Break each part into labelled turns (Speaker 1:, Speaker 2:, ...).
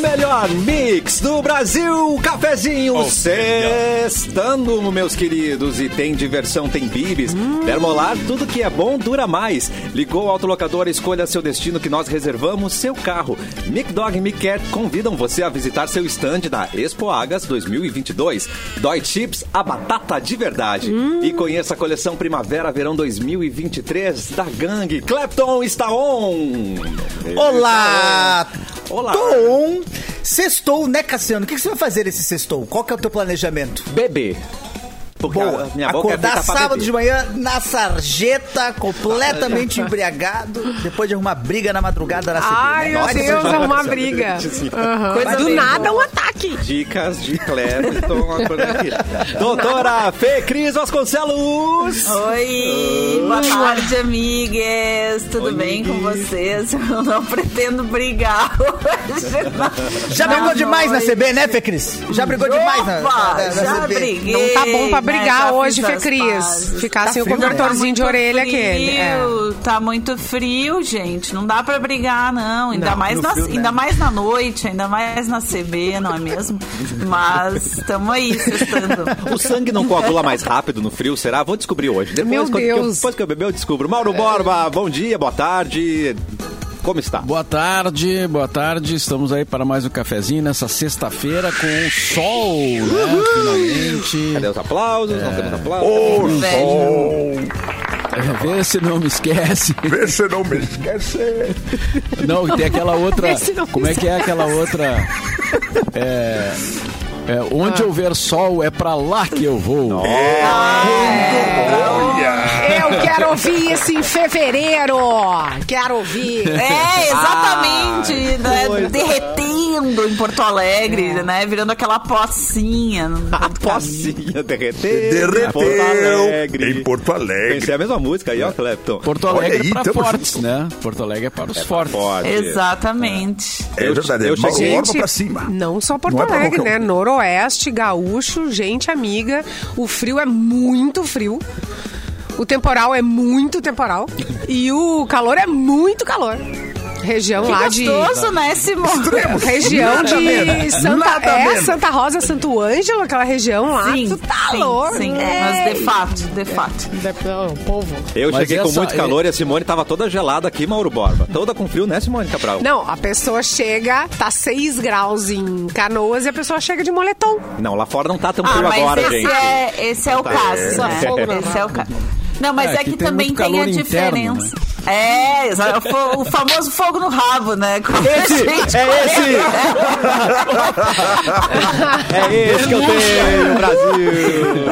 Speaker 1: melhor mix do Brasil, cafezinho
Speaker 2: Oh,
Speaker 1: sextando, meus queridos. E tem diversão, tem bibis. Termolar, tudo que é bom dura mais. Ligou o autolocador, escolha seu destino que nós reservamos seu carro. Mic Dog e Mic Cat convidam você a visitar seu stand na Expo Agas 2022. Dói Chips, a batata de verdade. E conheça a coleção Primavera Verão 2023 da Gangue. Clapton está on!
Speaker 3: Olá!
Speaker 1: Olá.
Speaker 3: Tô on. Sextou, né, Cassiano? O que que você vai fazer esse sextou? Qual que é o teu planejamento?
Speaker 1: Beber. Porque
Speaker 3: Boa.
Speaker 1: a minha boca é
Speaker 3: Acordar
Speaker 1: feita pra
Speaker 3: sábado
Speaker 1: beber.
Speaker 3: de manhã na sarjeta, completamente embriagado, depois de arrumar briga na madrugada na né? CPI.
Speaker 4: Ai, meu Deus, arrumar briga. Coisa do
Speaker 3: bem,
Speaker 4: nada, um ataque.
Speaker 1: Dicas de então, Clepton. Doutora Fê Cris Vasconcelos.
Speaker 5: Oi, boa tarde, amigues. Tudo bem com vocês? Eu não pretendo brigar hoje.
Speaker 3: um Já brigou demais na CB, né, Fê Cris? Já brigou demais na, na, na, na
Speaker 5: já
Speaker 3: CB.
Speaker 5: briguei.
Speaker 4: Então tá bom pra brigar
Speaker 5: Já fiz
Speaker 4: hoje, Fê
Speaker 5: as
Speaker 4: Cris.
Speaker 5: pazes. Tá
Speaker 4: Ficar sem o
Speaker 3: frio, né?
Speaker 4: cobertorzinho de
Speaker 5: muito
Speaker 4: orelha
Speaker 5: frio,
Speaker 4: aquele. É.
Speaker 5: Tá muito frio, gente. Não dá pra brigar, não. Ainda,
Speaker 3: Não,
Speaker 5: mais,
Speaker 3: no
Speaker 5: na,
Speaker 3: frio, né?
Speaker 5: ainda mais na noite, ainda mais na CB, não é mesmo? Mas estamos aí, sextando.
Speaker 1: O sangue não coagula mais rápido no frio, será? Vou descobrir hoje. Depois,
Speaker 4: Meu
Speaker 1: quando-
Speaker 4: Deus. É.
Speaker 1: que eu- depois que eu beber, eu descubro. Mauro Borba, bom dia, boa tarde. Como está?
Speaker 6: Boa tarde, boa tarde. Estamos aí para mais um cafezinho nessa sexta-feira com sol, né?
Speaker 1: Cadê
Speaker 6: Finalmente.
Speaker 1: os aplausos?
Speaker 7: É.
Speaker 1: Não temos aplausos.
Speaker 5: Velho.
Speaker 6: Vê se não me esquece.
Speaker 7: Vê se não me esquece.
Speaker 6: Não, tem aquela outra.
Speaker 4: Vê se não me
Speaker 6: Como é que é aquela outra? É, é, onde houver sol é pra lá que eu vou.
Speaker 7: Olha!
Speaker 4: Eu quero ouvir isso em fevereiro. Quero ouvir.
Speaker 5: É, exatamente.
Speaker 1: Ai,
Speaker 5: né?
Speaker 1: coisa.
Speaker 5: Derretendo em Porto Alegre, né? Virando aquela pocinha. no meio do
Speaker 1: A
Speaker 5: caminho.
Speaker 1: pocinha derreteu.
Speaker 7: Derreteu
Speaker 1: em Porto Alegre. é-
Speaker 7: em Porto É. Alegre.
Speaker 1: Pensei a mesma música aí, ó, Clepton.
Speaker 6: Porto
Speaker 7: Olha
Speaker 6: Alegre
Speaker 7: aí,
Speaker 6: é pra
Speaker 7: tamo
Speaker 6: fortes,
Speaker 7: junto.
Speaker 6: né? Porto Alegre é para os fortes.
Speaker 1: Forte.
Speaker 5: Exatamente.
Speaker 7: É
Speaker 1: Eu-
Speaker 7: verdade,
Speaker 1: eu
Speaker 7: é Mauro
Speaker 1: cheguei-
Speaker 7: Borba pra cima.
Speaker 4: Não só Porto
Speaker 7: Não é pra
Speaker 4: Alegre,
Speaker 7: qualquer
Speaker 4: né?
Speaker 7: um.
Speaker 4: Noroeste, gaúcho, gente amiga. O frio é muito frio. O temporal é muito temporal. E o calor é muito calor. Região lá Ah, de.
Speaker 5: Gostoso, né, Simone?
Speaker 4: Região
Speaker 7: Nada
Speaker 4: de
Speaker 7: menos,
Speaker 4: Santa,
Speaker 7: nada
Speaker 4: é,
Speaker 7: menos.
Speaker 4: Santa Rosa, Santo Ângelo, aquela região lá. tu tá
Speaker 5: sim,
Speaker 4: louco. né?
Speaker 5: sim.
Speaker 4: Ei.
Speaker 5: Mas de fato, de fato.
Speaker 4: Não, povo.
Speaker 1: Eu
Speaker 6: Mas
Speaker 1: cheguei com
Speaker 6: essa-
Speaker 1: muito calor e a Simone tava toda gelada aqui, Mauro Borba. Toda com frio, né, Simone Cabral?
Speaker 4: Não, a pessoa chega, tá 6 graus em canoas e a pessoa chega de moletom.
Speaker 1: Não, lá fora não tá tão
Speaker 5: Ah,
Speaker 1: frio
Speaker 5: mas
Speaker 1: agora,
Speaker 5: esse,
Speaker 1: gente.
Speaker 5: É, esse é o caso, né? Esse é o caso. Não, mas
Speaker 6: É,
Speaker 5: é,
Speaker 6: aqui
Speaker 5: que,
Speaker 6: tem
Speaker 5: também
Speaker 6: muito
Speaker 5: tem a
Speaker 6: calor interno,
Speaker 5: diferença. É, exa- o fo- o famoso fogo no rabo, né? Quando a
Speaker 1: Esse,
Speaker 5: gente
Speaker 1: é esse! é esse que eu tenho, Brasil!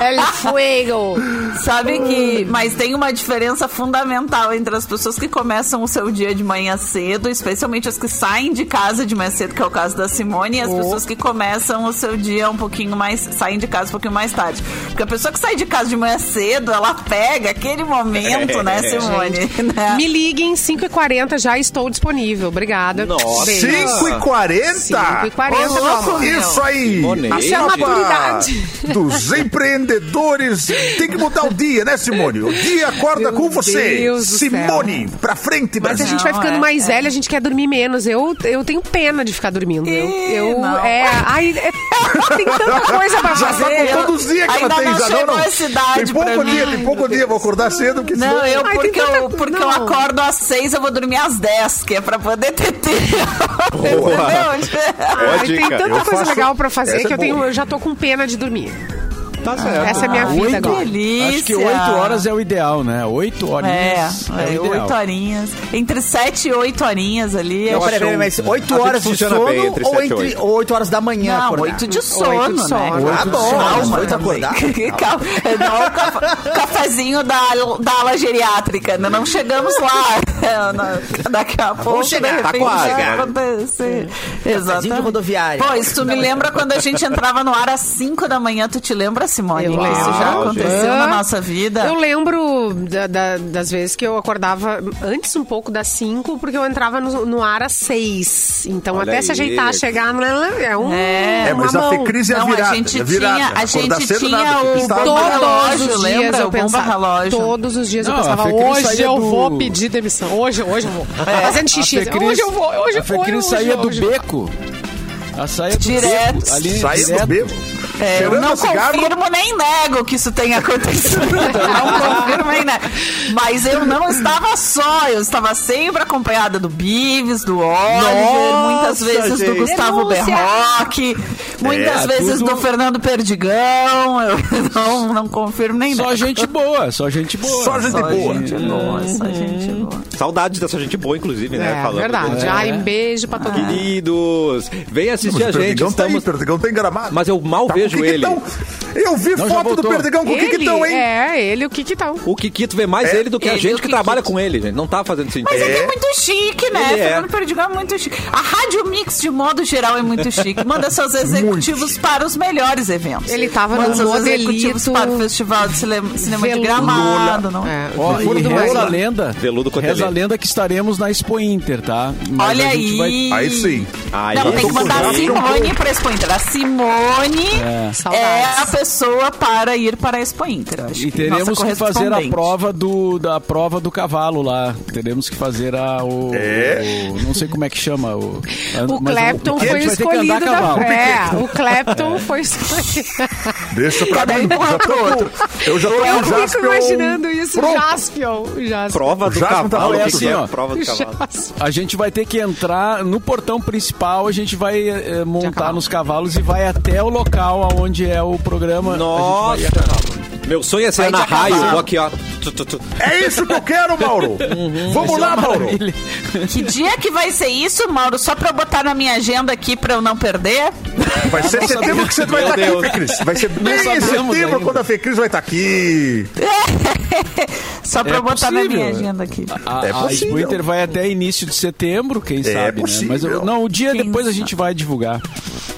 Speaker 4: El fuego.
Speaker 5: Sabe que. Mas tem uma diferença fundamental entre as pessoas que começam o seu dia de manhã cedo, especialmente as que saem de casa de manhã cedo, que é o caso da Simone, e
Speaker 4: Oh.
Speaker 5: as pessoas que começam o seu dia um pouquinho mais. saem de casa um pouquinho mais tarde. Porque a pessoa que sai de casa de manhã cedo, ela pega aquele momento, né, Simone? Né?
Speaker 4: Me liguem 5h40, já estou disponível. Obrigada.
Speaker 1: Nossa.
Speaker 4: Beijo.
Speaker 7: 5 e 40?
Speaker 4: 5 e 40,
Speaker 5: Ô,
Speaker 4: meu
Speaker 5: louco.
Speaker 4: amor.
Speaker 7: Isso aí!
Speaker 1: Simone.
Speaker 4: Isso é
Speaker 7: Etapa
Speaker 4: maturidade.
Speaker 7: Dos empreendedores. Tem que mudar o dia, né, Simone? O dia acorda
Speaker 4: Meu
Speaker 7: com você.
Speaker 4: Deus do
Speaker 7: Simone, pra frente,
Speaker 4: Mas a
Speaker 7: Brasil.
Speaker 4: gente vai
Speaker 5: Não,
Speaker 4: ficando
Speaker 5: é,
Speaker 4: mais
Speaker 5: é.
Speaker 4: velha, a gente quer dormir menos. Eu, eu tenho pena de ficar dormindo. Eu,
Speaker 5: Ih,
Speaker 4: eu-
Speaker 5: não.
Speaker 4: é, ai, é- tem tanta coisa pra
Speaker 7: Já tá
Speaker 4: fazer.
Speaker 7: com todos os dias que
Speaker 5: Ainda
Speaker 7: ela tem,
Speaker 5: não
Speaker 7: já
Speaker 5: chegou
Speaker 7: não, não.
Speaker 5: essa idade
Speaker 7: Tem pouco
Speaker 5: pra
Speaker 7: dia,
Speaker 5: mim.
Speaker 7: tem pouco dia. Vou acordar cedo, porque senão...
Speaker 5: Não, eu
Speaker 4: Ai, tem
Speaker 5: porque, eu,
Speaker 4: tanta-
Speaker 5: porque eu
Speaker 4: não.
Speaker 5: acordo às seis, eu vou dormir às dez, que é pra poder ter tempo. Entendeu?
Speaker 4: Ai,
Speaker 1: Boa
Speaker 4: tem
Speaker 1: dica.
Speaker 4: tanta
Speaker 7: Eu
Speaker 4: coisa
Speaker 7: faço-
Speaker 4: legal pra fazer
Speaker 7: Essa
Speaker 4: que
Speaker 7: é
Speaker 4: eu, tenho,
Speaker 7: boa.
Speaker 4: eu já tô com pena de dormir.
Speaker 1: Tá certo.
Speaker 4: Essa é a minha
Speaker 6: Ah,
Speaker 4: vida
Speaker 6: oito?
Speaker 4: agora.
Speaker 5: Delícia.
Speaker 6: Acho que 8 horas é o ideal, né? 8
Speaker 5: É,
Speaker 6: horinhas é,
Speaker 5: é,
Speaker 6: o ideal.
Speaker 5: oito horinhas. Entre sete e oito horinhas ali.
Speaker 3: Não,
Speaker 5: eu
Speaker 3: peraí,
Speaker 5: acho-
Speaker 3: peraí, mas
Speaker 1: um- A
Speaker 3: 8
Speaker 1: gente
Speaker 3: horas de
Speaker 1: funciona
Speaker 3: sono
Speaker 1: bem entre
Speaker 3: ou
Speaker 1: sete e
Speaker 3: entre
Speaker 1: oito.
Speaker 3: 8 horas da manhã
Speaker 5: Não,
Speaker 3: acordar?
Speaker 5: oito de sono,
Speaker 4: de sono.
Speaker 5: né?
Speaker 3: Ah, bom,
Speaker 5: Calma.
Speaker 3: oito acordar.
Speaker 5: Calma. Não, o caf- cafezinho da, da ala geriátrica. Ainda não chegamos lá. É, Não, Daqui a pouco,
Speaker 3: chegar,
Speaker 5: de
Speaker 3: tá
Speaker 5: repente,
Speaker 1: quase,
Speaker 5: vai
Speaker 1: né?
Speaker 5: acontecer.
Speaker 3: Cafezinho de
Speaker 5: Exatamente.
Speaker 3: rodoviária.
Speaker 5: Pô, isso tu me lembra quando a gente entrava no ar às 5 da manhã, tu te lembra, Simone?
Speaker 4: Eu
Speaker 5: Que
Speaker 4: lembro.
Speaker 5: isso já
Speaker 1: Ah,
Speaker 5: aconteceu
Speaker 4: gente.
Speaker 5: na nossa vida.
Speaker 4: Eu lembro da- da- das vezes que eu acordava antes um pouco das 5, porque eu entrava no, no ar às 6. Então,
Speaker 1: Olha
Speaker 4: até se
Speaker 1: aí.
Speaker 4: ajeitar, chegar, né, é um.
Speaker 5: É.
Speaker 7: É, mas
Speaker 4: uma
Speaker 7: a
Speaker 4: mão.
Speaker 7: Fecrise é
Speaker 5: Não,
Speaker 7: virada.
Speaker 5: a gente
Speaker 7: é virada.
Speaker 5: tinha, a
Speaker 7: Acordar
Speaker 5: gente
Speaker 7: cedo,
Speaker 5: tinha
Speaker 7: nada.
Speaker 5: o
Speaker 7: Está
Speaker 5: bomba
Speaker 4: Todos
Speaker 5: relógio,
Speaker 4: os dias
Speaker 5: lembra?
Speaker 4: eu
Speaker 5: o bomba
Speaker 4: pensava.
Speaker 5: relógio.
Speaker 4: Todos os dias eu
Speaker 6: Não, a
Speaker 4: pensava,
Speaker 6: Fê Cris
Speaker 4: hoje
Speaker 6: saía
Speaker 4: eu
Speaker 6: do-
Speaker 4: vou
Speaker 5: É.
Speaker 4: pedir demissão. Hoje, hoje eu vou. Fazendo xixi.
Speaker 6: A Fê
Speaker 4: assim, hoje eu vou, hoje
Speaker 6: a
Speaker 4: eu
Speaker 6: Fê
Speaker 4: vou.
Speaker 6: Cris
Speaker 4: hoje,
Speaker 6: saía do
Speaker 4: hoje.
Speaker 6: beco. A saia do
Speaker 5: Direto.
Speaker 6: bebo, ali,
Speaker 7: Saia do
Speaker 6: direto.
Speaker 7: bebo.
Speaker 5: É, eu
Speaker 7: Cheirando
Speaker 5: não
Speaker 7: a cigarro.
Speaker 5: confirmo nem nego que isso tenha acontecido. Eu não confirmo nem nego. Mas eu não estava só, eu estava sempre acompanhada do Bives, do Oliver,
Speaker 1: Nossa,
Speaker 5: muitas vezes do
Speaker 1: gente.
Speaker 5: Gustavo
Speaker 4: Denúncia.
Speaker 5: Berroque, muitas
Speaker 6: É,
Speaker 5: vezes
Speaker 6: tudo-
Speaker 5: do Fernando Perdigão. Eu não, não confirmo nem
Speaker 6: Só
Speaker 5: nego.
Speaker 6: gente boa, só gente boa.
Speaker 7: Só gente
Speaker 5: Só
Speaker 7: boa.
Speaker 5: gente boa, só gente boa.
Speaker 1: Saudades dessa gente boa, inclusive, né?
Speaker 4: É,
Speaker 1: Falando.
Speaker 4: verdade. Ai, um beijo pra todo mundo.
Speaker 1: Queridos, vem
Speaker 7: Mas
Speaker 1: assistir a
Speaker 7: o
Speaker 1: gente.
Speaker 7: Perdigão tá aí,
Speaker 1: Estamos...
Speaker 7: o Perdigão tem gramado.
Speaker 1: Mas eu mal
Speaker 7: Tá com o
Speaker 1: vejo ele.
Speaker 7: Quiquitão. Eu vi
Speaker 6: Não, já
Speaker 7: foto do
Speaker 6: voltou.
Speaker 7: Perdigão com o
Speaker 4: Ele,
Speaker 7: Quiquitão, hein?
Speaker 4: é, ele, o Kikitão.
Speaker 1: O Kikito vê mais
Speaker 7: É,
Speaker 1: ele do que a
Speaker 5: ele e
Speaker 1: gente
Speaker 5: o
Speaker 1: que trabalha
Speaker 5: Kikito.
Speaker 1: com ele, gente. Não tá fazendo sentido.
Speaker 5: Mas é. que
Speaker 7: É.
Speaker 5: é muito chique, né?
Speaker 1: Ele é.
Speaker 5: Fernando Perdigão é muito chique. A Rádio Mix, de modo geral, é muito chique. Manda seus executivos para os melhores eventos.
Speaker 4: Ele tava
Speaker 5: Manda
Speaker 4: no
Speaker 5: seus
Speaker 4: modelito-
Speaker 5: executivos para o Festival de Cine- Cinema de
Speaker 4: Veludo.
Speaker 5: Gramado, não?
Speaker 4: É,
Speaker 6: Ó,
Speaker 4: veludo
Speaker 6: e
Speaker 4: mais
Speaker 6: reza a
Speaker 4: lá.
Speaker 6: lenda,
Speaker 1: Veludo
Speaker 6: reza a
Speaker 1: cotelê.
Speaker 6: lenda que estaremos na Expo Inter, tá? Mas
Speaker 5: Olha
Speaker 6: a gente
Speaker 5: aí.
Speaker 6: vai-
Speaker 7: Aí sim.
Speaker 1: Aí
Speaker 5: não, tem
Speaker 1: eu
Speaker 5: que
Speaker 1: tô
Speaker 5: mandar assim. a
Speaker 1: curioso.
Speaker 5: Simone para a Expo Inter. A Simone é,
Speaker 4: Saudades.
Speaker 5: a pessoa para ir para a Expo Inter. eu acho
Speaker 6: E
Speaker 5: que nossa
Speaker 6: teremos que fazer a
Speaker 5: correspondente.
Speaker 6: prova do, da prova do cavalo lá. Teremos que fazer a. O,
Speaker 7: É.
Speaker 6: o- não sei como é que chama. O, a-
Speaker 4: O
Speaker 6: mas
Speaker 4: Clapton
Speaker 6: a gente vai ter
Speaker 4: foi
Speaker 6: que andar
Speaker 4: escolhido
Speaker 6: a
Speaker 4: da
Speaker 6: cavalo.
Speaker 4: É, o Clapton foi escolhido.
Speaker 7: Deixa pra
Speaker 5: Cada um
Speaker 7: mim.
Speaker 5: empurra
Speaker 7: Já tô,
Speaker 5: pro outro.
Speaker 7: eu já tô com o
Speaker 4: Eu
Speaker 7: Jaspion.
Speaker 4: fico imaginando isso.
Speaker 7: Pronto.
Speaker 4: Jaspion. Jaspion.
Speaker 1: Prova do
Speaker 7: Já não tá
Speaker 1: cavalo.
Speaker 6: falando
Speaker 1: o que que
Speaker 6: assim,
Speaker 1: é?
Speaker 6: ó.
Speaker 1: Prova do cavalo.
Speaker 4: Jaspion.
Speaker 6: A gente vai ter que entrar no portão principal, a gente vai eh, montar
Speaker 4: cavalo.
Speaker 6: nos cavalos e vai até o local onde é o programa. A gente vai
Speaker 1: Nossa!
Speaker 6: a cavalo.
Speaker 1: Meu sonho é ser
Speaker 5: Vai
Speaker 1: Ana
Speaker 5: de
Speaker 1: Raio.
Speaker 5: cavalo.
Speaker 1: Vou aqui, ó. Tu, tu, tu.
Speaker 7: É isso que eu quero, Mauro.
Speaker 1: Uhum,
Speaker 7: Vamos lá, Mauro.
Speaker 6: Maravilha.
Speaker 5: Que dia que vai ser isso, Mauro? Só para botar na minha agenda aqui para eu não perder.
Speaker 7: Vai ser setembro que você vai estar aqui, Fecris. Vai ser bem em
Speaker 6: sabemos
Speaker 7: setembro
Speaker 6: ainda.
Speaker 7: quando a Fecris vai estar aqui.
Speaker 5: Só pra
Speaker 6: É
Speaker 5: eu botar na
Speaker 6: possível.
Speaker 5: minha agenda aqui.
Speaker 6: A,
Speaker 7: É
Speaker 6: a
Speaker 7: possível.
Speaker 6: Expo Inter vai até início de setembro, quem
Speaker 1: É
Speaker 6: sabe, né?
Speaker 7: possível.
Speaker 6: Mas eu- não, o dia
Speaker 5: Quem
Speaker 6: depois a
Speaker 5: sabe.
Speaker 6: gente vai divulgar.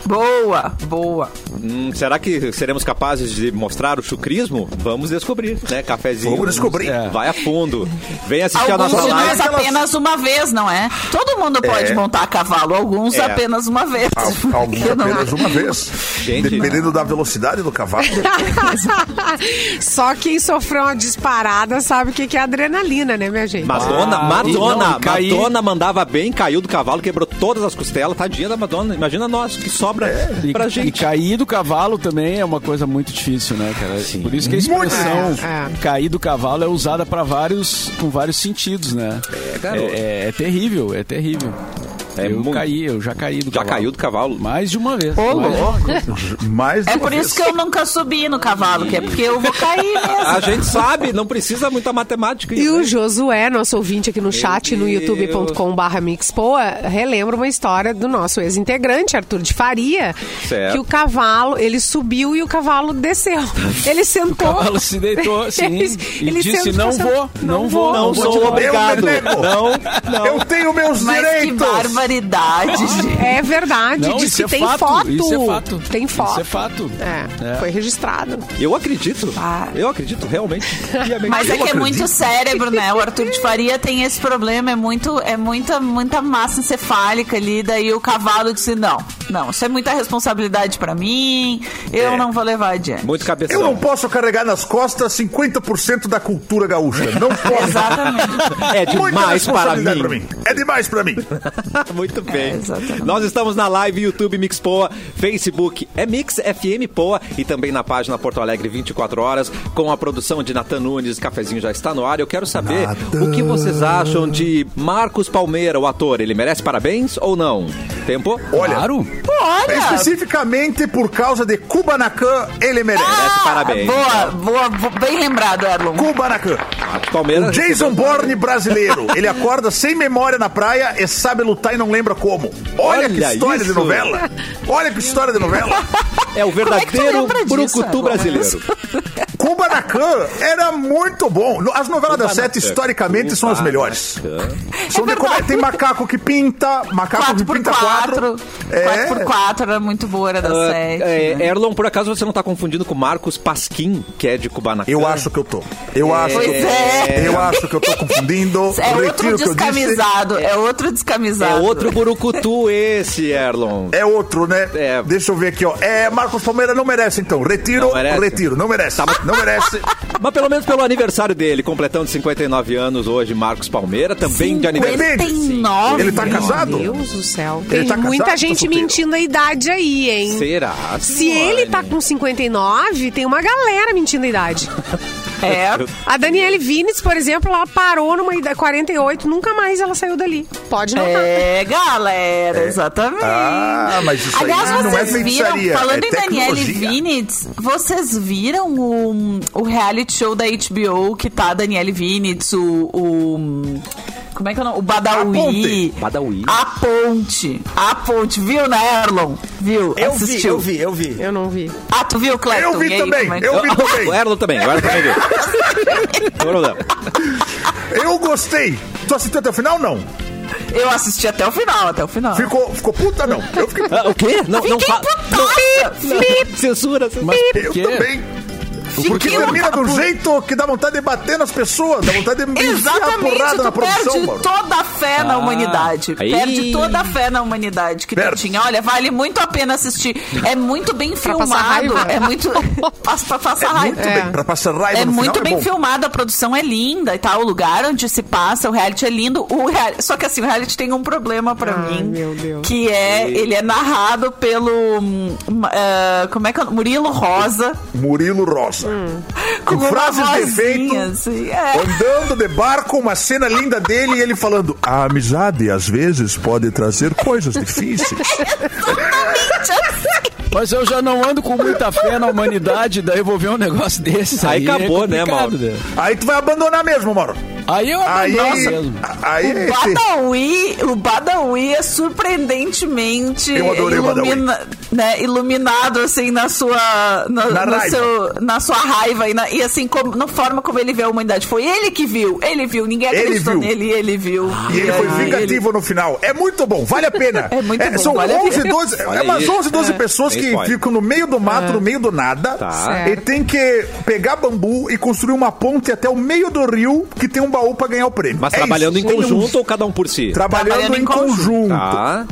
Speaker 5: Boa, boa.
Speaker 1: Hum, será que seremos capazes de mostrar o chucrismo? Vamos descobrir, né? Cafezinho.
Speaker 7: Vamos descobrir.
Speaker 1: É. Vai a fundo. Vem assistir é a
Speaker 5: Alguns
Speaker 1: nossa
Speaker 5: de
Speaker 1: live.
Speaker 5: nós apenas uma vez, não é? Todo mundo pode montar a cavalo, alguns
Speaker 1: É.
Speaker 5: apenas uma vez.
Speaker 7: Al- Alguns
Speaker 5: Eu não-
Speaker 7: apenas uma vez.
Speaker 1: Gente,
Speaker 7: Dependendo da velocidade do cavalo.
Speaker 4: Só quem sofreu uma disparada sabe o que que é adrenalina, né, minha gente?
Speaker 1: Madonna,
Speaker 6: Ah,
Speaker 1: Madonna,
Speaker 6: e não, caí.
Speaker 1: Madonna mandava bem, caiu do cavalo, quebrou todas as costelas, tadinha da Madonna. Imagina nós, que sobra
Speaker 6: É, E,
Speaker 1: pra
Speaker 6: e
Speaker 1: gente.
Speaker 6: cair do cavalo também é uma coisa muito difícil, né, cara? Por isso que a
Speaker 7: Muito
Speaker 6: expressão
Speaker 4: difícil. É, é.
Speaker 6: cair do cavalo é usada para vários, com vários sentidos, né? É,
Speaker 1: garoto.
Speaker 6: é, é terrível, é terrível.
Speaker 1: É
Speaker 6: eu
Speaker 1: muito.
Speaker 6: caí, eu já caí do
Speaker 1: Já
Speaker 6: cavalo.
Speaker 1: caiu do cavalo.
Speaker 6: Mais de uma vez. mais
Speaker 5: Ô,
Speaker 6: de uma
Speaker 5: louco.
Speaker 6: vez.
Speaker 7: Mais de
Speaker 5: É
Speaker 7: uma
Speaker 5: por
Speaker 7: vez.
Speaker 5: isso que eu nunca subi no cavalo, que é porque eu vou cair
Speaker 1: A
Speaker 5: mesmo.
Speaker 1: gente sabe, não precisa muita matemática.
Speaker 4: E
Speaker 1: né?
Speaker 4: o Josué, nosso ouvinte aqui no chat, no
Speaker 1: Deus.
Speaker 4: youtube.com.br mixpoa, relembra uma história do nosso ex-integrante, Arthur de Faria,
Speaker 1: Certo.
Speaker 4: que o cavalo, ele subiu e o cavalo desceu. Ele sentou.
Speaker 6: O cavalo se deitou, sim.
Speaker 4: Ele-
Speaker 6: e
Speaker 4: ele
Speaker 6: disse,
Speaker 4: sentou,
Speaker 6: não
Speaker 4: sentou.
Speaker 6: vou, não
Speaker 4: Não
Speaker 6: vou,
Speaker 4: vou,
Speaker 6: não
Speaker 1: Não
Speaker 6: vou.
Speaker 1: sou
Speaker 6: te
Speaker 1: obrigado.
Speaker 6: levar.
Speaker 7: Eu me nego.
Speaker 1: Não, não.
Speaker 7: Eu tenho meus
Speaker 5: Mas que
Speaker 7: direitos.
Speaker 5: barbaridade, gente.
Speaker 4: É verdade,
Speaker 6: Não,
Speaker 4: diz
Speaker 6: isso
Speaker 4: que
Speaker 6: é
Speaker 4: tem
Speaker 6: fato,
Speaker 4: foto.
Speaker 6: Isso é fato.
Speaker 4: Tem foto.
Speaker 6: Isso é fato.
Speaker 4: É,
Speaker 6: É.
Speaker 4: foi registrado.
Speaker 1: Eu acredito.
Speaker 5: Ah.
Speaker 1: Eu acredito, realmente. Realmente.
Speaker 5: Mas é que é
Speaker 7: acredito.
Speaker 5: muito cérebro, né? O Arthur de Faria tem esse problema, é muito, é muita, muita massa encefálica ali, daí o cavalo disse, não, não, isso é muita responsabilidade pra mim, eu não vou levar adiante.
Speaker 1: Muito cabeção.
Speaker 7: Eu não posso carregar nas costas 50% da cultura gaúcha. Não posso.
Speaker 5: Exatamente.
Speaker 1: É demais para
Speaker 7: responsabilidade
Speaker 1: mim.
Speaker 7: pra mim. É demais pra mim.
Speaker 1: Muito bem.
Speaker 5: É, exatamente.
Speaker 1: Nós estamos na live YouTube Mix Poa, Facebook é Mix FM Poa e também na página Porto Alegre 24 horas com a produção de Natan Nunes. Cafezinho já está no ar. Eu quero saber o que vocês acham de Marcos Palmeira, o ator. Ele merece parabéns ou não? Tempo?
Speaker 7: Olha,
Speaker 6: Claro.
Speaker 5: Olha!
Speaker 7: especificamente por causa de Kubanacan, ele merece.
Speaker 5: Ah!
Speaker 1: Merece parabéns.
Speaker 5: Boa, boa, boa, bem lembrado, Erlon.
Speaker 7: Kubanacan.
Speaker 1: Marcos Palmeira.
Speaker 7: Jason Bourne brasileiro. Ele acorda sem memória na praia e sabe lutar e não lembra como. Olha, que
Speaker 1: Olha
Speaker 7: história
Speaker 1: isso.
Speaker 7: de novela. Olha que história de novela.
Speaker 1: É o verdadeiro
Speaker 5: lembra disso,
Speaker 1: brucutu
Speaker 5: Agora?
Speaker 1: brasileiro.
Speaker 7: Kubanacan era muito bom. As novelas da sete, historicamente, são as melhores. São
Speaker 5: É
Speaker 7: de comédia. Tem macaco que pinta, macaco que Tá pinta
Speaker 5: 4x4.
Speaker 7: quatro. É.
Speaker 5: 4x4 era muito boa, era da
Speaker 1: Ah,
Speaker 5: sete.
Speaker 1: é,
Speaker 5: né?
Speaker 1: Erlon, por acaso você não está confundindo com Marcos Pasquim, que é de Cubanacan?
Speaker 7: Eu acho que eu tô. Eu acho.
Speaker 5: Pois
Speaker 7: que eu tô.
Speaker 5: é.
Speaker 7: Eu acho que eu tô confundindo.
Speaker 5: É
Speaker 7: Retiro
Speaker 5: outro
Speaker 7: o que eu disse.
Speaker 5: descamisado, é outro descamisado.
Speaker 1: É outro burucutu esse, Erlon.
Speaker 7: É outro, né?
Speaker 1: É.
Speaker 7: Deixa eu ver aqui, ó. É, Marcos Palmeira não merece, então. Retiro,
Speaker 1: Não merece.
Speaker 7: retiro. Não merece. Não merece.
Speaker 1: se- mas pelo menos pelo aniversário dele, completando 59 anos hoje, Marcos Palmeira, também de aniversário.
Speaker 5: Nove.
Speaker 7: Ele tá casado?
Speaker 4: Meu Deus do céu.
Speaker 7: Ele
Speaker 4: Tem
Speaker 7: tá casado,
Speaker 4: muita
Speaker 7: tá
Speaker 4: gente
Speaker 7: solteiro?
Speaker 4: mentindo a idade aí, hein?
Speaker 1: Será?
Speaker 4: Se ele tá com 59, tem uma galera mentindo a idade.
Speaker 5: É.
Speaker 4: A Daniele Vines, por exemplo, ela parou numa idade 48, nunca mais ela saiu dali. Pode notar.
Speaker 5: É, galera, exatamente.
Speaker 7: Ah, mas isso aí
Speaker 5: Aliás,
Speaker 7: não é
Speaker 5: vocês viram,
Speaker 7: feitiçaria,
Speaker 5: falando
Speaker 7: é
Speaker 5: em Daniele
Speaker 7: tecnologia.
Speaker 5: Vinitz, vocês viram o, o reality show da HBO que tá a Daniele Vinitz, o, o- Como é que é o nome? O Badawi.
Speaker 7: Ponte.
Speaker 1: Badawi.
Speaker 5: A ponte. A ponte. Viu, né, Erlon? Viu?
Speaker 3: Eu vi,
Speaker 5: Assistiu.
Speaker 3: eu vi, eu vi.
Speaker 4: Eu não vi.
Speaker 5: Ah, tu viu, Cleiton?
Speaker 7: Eu vi
Speaker 5: E aí,
Speaker 7: também,
Speaker 5: como é que-
Speaker 7: eu vi
Speaker 1: O
Speaker 7: também.
Speaker 1: Erlon também, o Erlon também viu. Não tem problema.
Speaker 7: Eu gostei. Tu assistiu até o final? Não.
Speaker 5: Eu assisti até o final, até o final.
Speaker 7: Ficou, ficou puta? Não. Eu fiquei puta.
Speaker 1: Ah, o quê? Não, não
Speaker 5: Fiquei
Speaker 1: fala.
Speaker 5: putaça!
Speaker 1: Censura, censura.
Speaker 6: Mas por
Speaker 7: Eu
Speaker 6: quê?
Speaker 7: também. Porque
Speaker 5: Fiquei
Speaker 7: termina de um
Speaker 5: louca,
Speaker 7: jeito que dá vontade de bater nas pessoas, dá vontade de me enfiar a
Speaker 5: Exatamente,
Speaker 7: porrada
Speaker 5: tu
Speaker 7: na produção,
Speaker 5: perde
Speaker 7: Mauro.
Speaker 5: toda a fé na
Speaker 6: Ah,
Speaker 5: humanidade.
Speaker 1: aí.
Speaker 5: Perde toda a fé na humanidade que tu
Speaker 7: Perde.
Speaker 5: tinha. Olha, vale muito a pena assistir. É muito bem
Speaker 4: passar
Speaker 5: filmado.
Speaker 4: raiva.
Speaker 5: É muito. Passa- pra passar raiva.
Speaker 7: É Muito bem, pra passar raiva
Speaker 5: É
Speaker 7: no
Speaker 5: muito
Speaker 7: final,
Speaker 5: bem
Speaker 7: é bom.
Speaker 5: filmado, a produção é linda e tal. O lugar onde se passa, o reality é lindo. O real- Só que assim, o reality tem um problema pra
Speaker 4: Ai,
Speaker 5: mim.
Speaker 4: meu Deus.
Speaker 5: Que é, ele é narrado pelo. hum, hum, ah, como é que é? o nome? Murilo Rosa.
Speaker 7: Murilo Rosa.
Speaker 5: Hum. Com uma
Speaker 7: frases de efeito.
Speaker 5: vozinha, assim, é.
Speaker 7: Andando de barco, uma cena linda dele e ele falando: A amizade às vezes pode trazer coisas difíceis.
Speaker 6: Mas eu já não ando com muita fé na humanidade, daí eu vou ver um negócio desse.
Speaker 1: Aí acabou,
Speaker 6: é
Speaker 1: né,
Speaker 6: complicado,
Speaker 1: Mauro?
Speaker 6: né?
Speaker 7: Aí tu vai abandonar mesmo, Mauro.
Speaker 6: Aí eu
Speaker 7: Aí.
Speaker 6: abandono mesmo.
Speaker 7: Aí.
Speaker 5: O Badawi, o Badawi é surpreendentemente
Speaker 7: Eu adorei o Badawi.
Speaker 5: né, iluminado assim na sua na,
Speaker 7: Na
Speaker 5: no
Speaker 7: raiva.
Speaker 5: seu- na sua raiva e, na- e, assim como na forma como ele vê a humanidade foi ele que viu, ele viu, ninguém
Speaker 7: Ele
Speaker 5: acreditou
Speaker 7: viu.
Speaker 5: nele, ele viu. Ah,
Speaker 7: E ele foi
Speaker 5: aí,
Speaker 7: vingativo no final. É muito bom, vale a pena.
Speaker 5: É muito bom,
Speaker 7: são
Speaker 5: vale a
Speaker 7: 11,
Speaker 5: pena.
Speaker 7: 12, é
Speaker 1: Olha
Speaker 7: umas
Speaker 1: isso.
Speaker 7: 11, 12 pessoas
Speaker 1: nem
Speaker 7: que
Speaker 1: pode.
Speaker 7: ficam no meio do mato, no meio do nada.
Speaker 1: Tá.
Speaker 7: E tem que pegar bambu e construir uma ponte até o meio do rio que tem um baú pra ganhar o prêmio.
Speaker 1: Mas
Speaker 7: É
Speaker 1: trabalhando
Speaker 7: isso.
Speaker 1: em
Speaker 7: Tem um-
Speaker 1: conjunto ou cada um por si?
Speaker 7: Trabalhando,
Speaker 5: Trabalhando em
Speaker 7: em conjunto.
Speaker 1: Tá.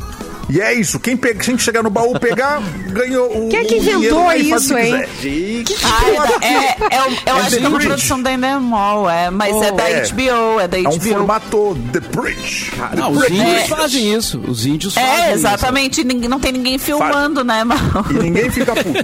Speaker 7: E é isso. Quem, pega, quem chegar no baú pegar, ganhou o.
Speaker 4: Quem é que
Speaker 7: o dinheiro,
Speaker 4: inventou
Speaker 7: aí faz o
Speaker 4: isso,
Speaker 7: que
Speaker 4: hein?
Speaker 7: quiser.
Speaker 5: Ah, é da- é, é, o- eu
Speaker 7: É
Speaker 5: acho
Speaker 7: The
Speaker 5: que é uma
Speaker 7: Bridge.
Speaker 5: produção da Endemol, é, mas é da
Speaker 7: é.
Speaker 5: HBO, é da
Speaker 7: É um
Speaker 5: HBO.
Speaker 7: formato The Bridge.
Speaker 6: Não, os índios fazem isso. Os índios fazem
Speaker 5: é,
Speaker 6: isso.
Speaker 5: exatamente, ninguém- não tem ninguém filmando, né, Mal?
Speaker 7: E ninguém fica puto.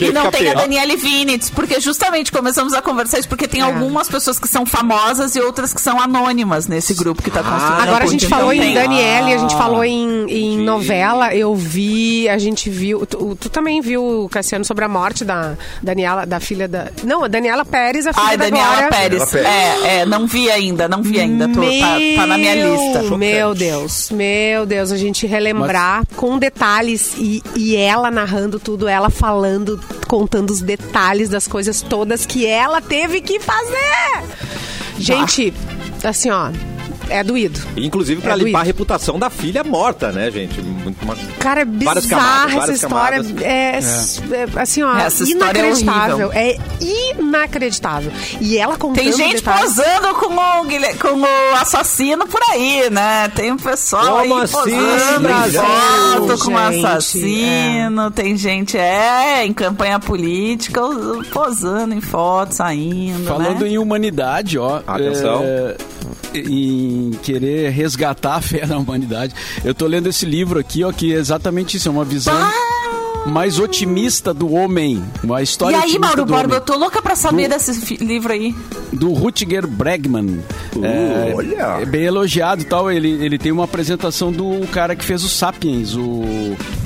Speaker 5: E não
Speaker 1: fica
Speaker 5: tem a
Speaker 1: feio.
Speaker 5: Daniele Vinitz, porque justamente começamos a conversar isso, porque tem
Speaker 4: É.
Speaker 5: algumas pessoas que são famosas e outras que são anônimas nesse grupo que tá construindo.
Speaker 4: Agora a
Speaker 5: ponte,
Speaker 4: gente
Speaker 5: então
Speaker 4: falou em
Speaker 5: tem. Ah.
Speaker 4: Daniele, a gente falou em, em novela, eu vi, a gente viu. Tu, tu também viu, Cassiano, sobre a morte da Daniela, da filha da. Não, a Daniela Pérez, a filha
Speaker 5: Ai,
Speaker 4: da
Speaker 5: Daniela
Speaker 4: Glória.
Speaker 5: Pérez.
Speaker 7: Daniela Pérez.
Speaker 5: É, é, não vi ainda, não vi ainda. Tô, tá, tá na minha
Speaker 4: Meu,
Speaker 5: lista.
Speaker 4: Meu Deus, meu Deus, a gente relembrar com detalhes e, e ela narrando tudo, ela falando, contando os detalhes das coisas todas que ela teve que fazer. Gente, assim, ó, é doído.
Speaker 1: Inclusive pra
Speaker 4: É
Speaker 1: limpar a
Speaker 4: doído.
Speaker 1: reputação da filha morta, né, gente? Muito uma...
Speaker 4: Cara, é bizarra
Speaker 1: Várias camadas,
Speaker 4: essa
Speaker 1: várias
Speaker 4: história.
Speaker 1: camadas.
Speaker 4: É, é, assim, ó,
Speaker 5: Essa história é
Speaker 4: inacreditável. É, inacreditável. E ela contando
Speaker 5: Tem gente
Speaker 4: detalhes.
Speaker 5: posando com o, Guilher- com o assassino por aí, né? Tem um pessoal
Speaker 1: Como
Speaker 5: aí
Speaker 1: assim,
Speaker 5: posando em
Speaker 1: Brasil?
Speaker 5: foto com o
Speaker 4: Gente,
Speaker 5: assassino. Tem gente, é, em campanha política, posando em foto, saindo,
Speaker 6: Falando
Speaker 5: né?
Speaker 6: em humanidade, ó.
Speaker 1: Atenção.
Speaker 6: é, em querer resgatar a fé na humanidade. Eu tô lendo esse livro aqui, ó, que é exatamente isso. É uma visão mais otimista do homem. Uma
Speaker 5: Ah! E
Speaker 6: história
Speaker 5: aí,
Speaker 6: otimista
Speaker 5: Mauro
Speaker 6: do
Speaker 5: Borba, eu
Speaker 6: homem.
Speaker 5: tô louca pra saber desse fi- livro aí.
Speaker 6: do Rutger Bregman.
Speaker 1: Uh,
Speaker 6: é,
Speaker 7: olha.
Speaker 6: é bem elogiado e tal. Ele, ele tem uma apresentação do cara que fez o Sapiens, o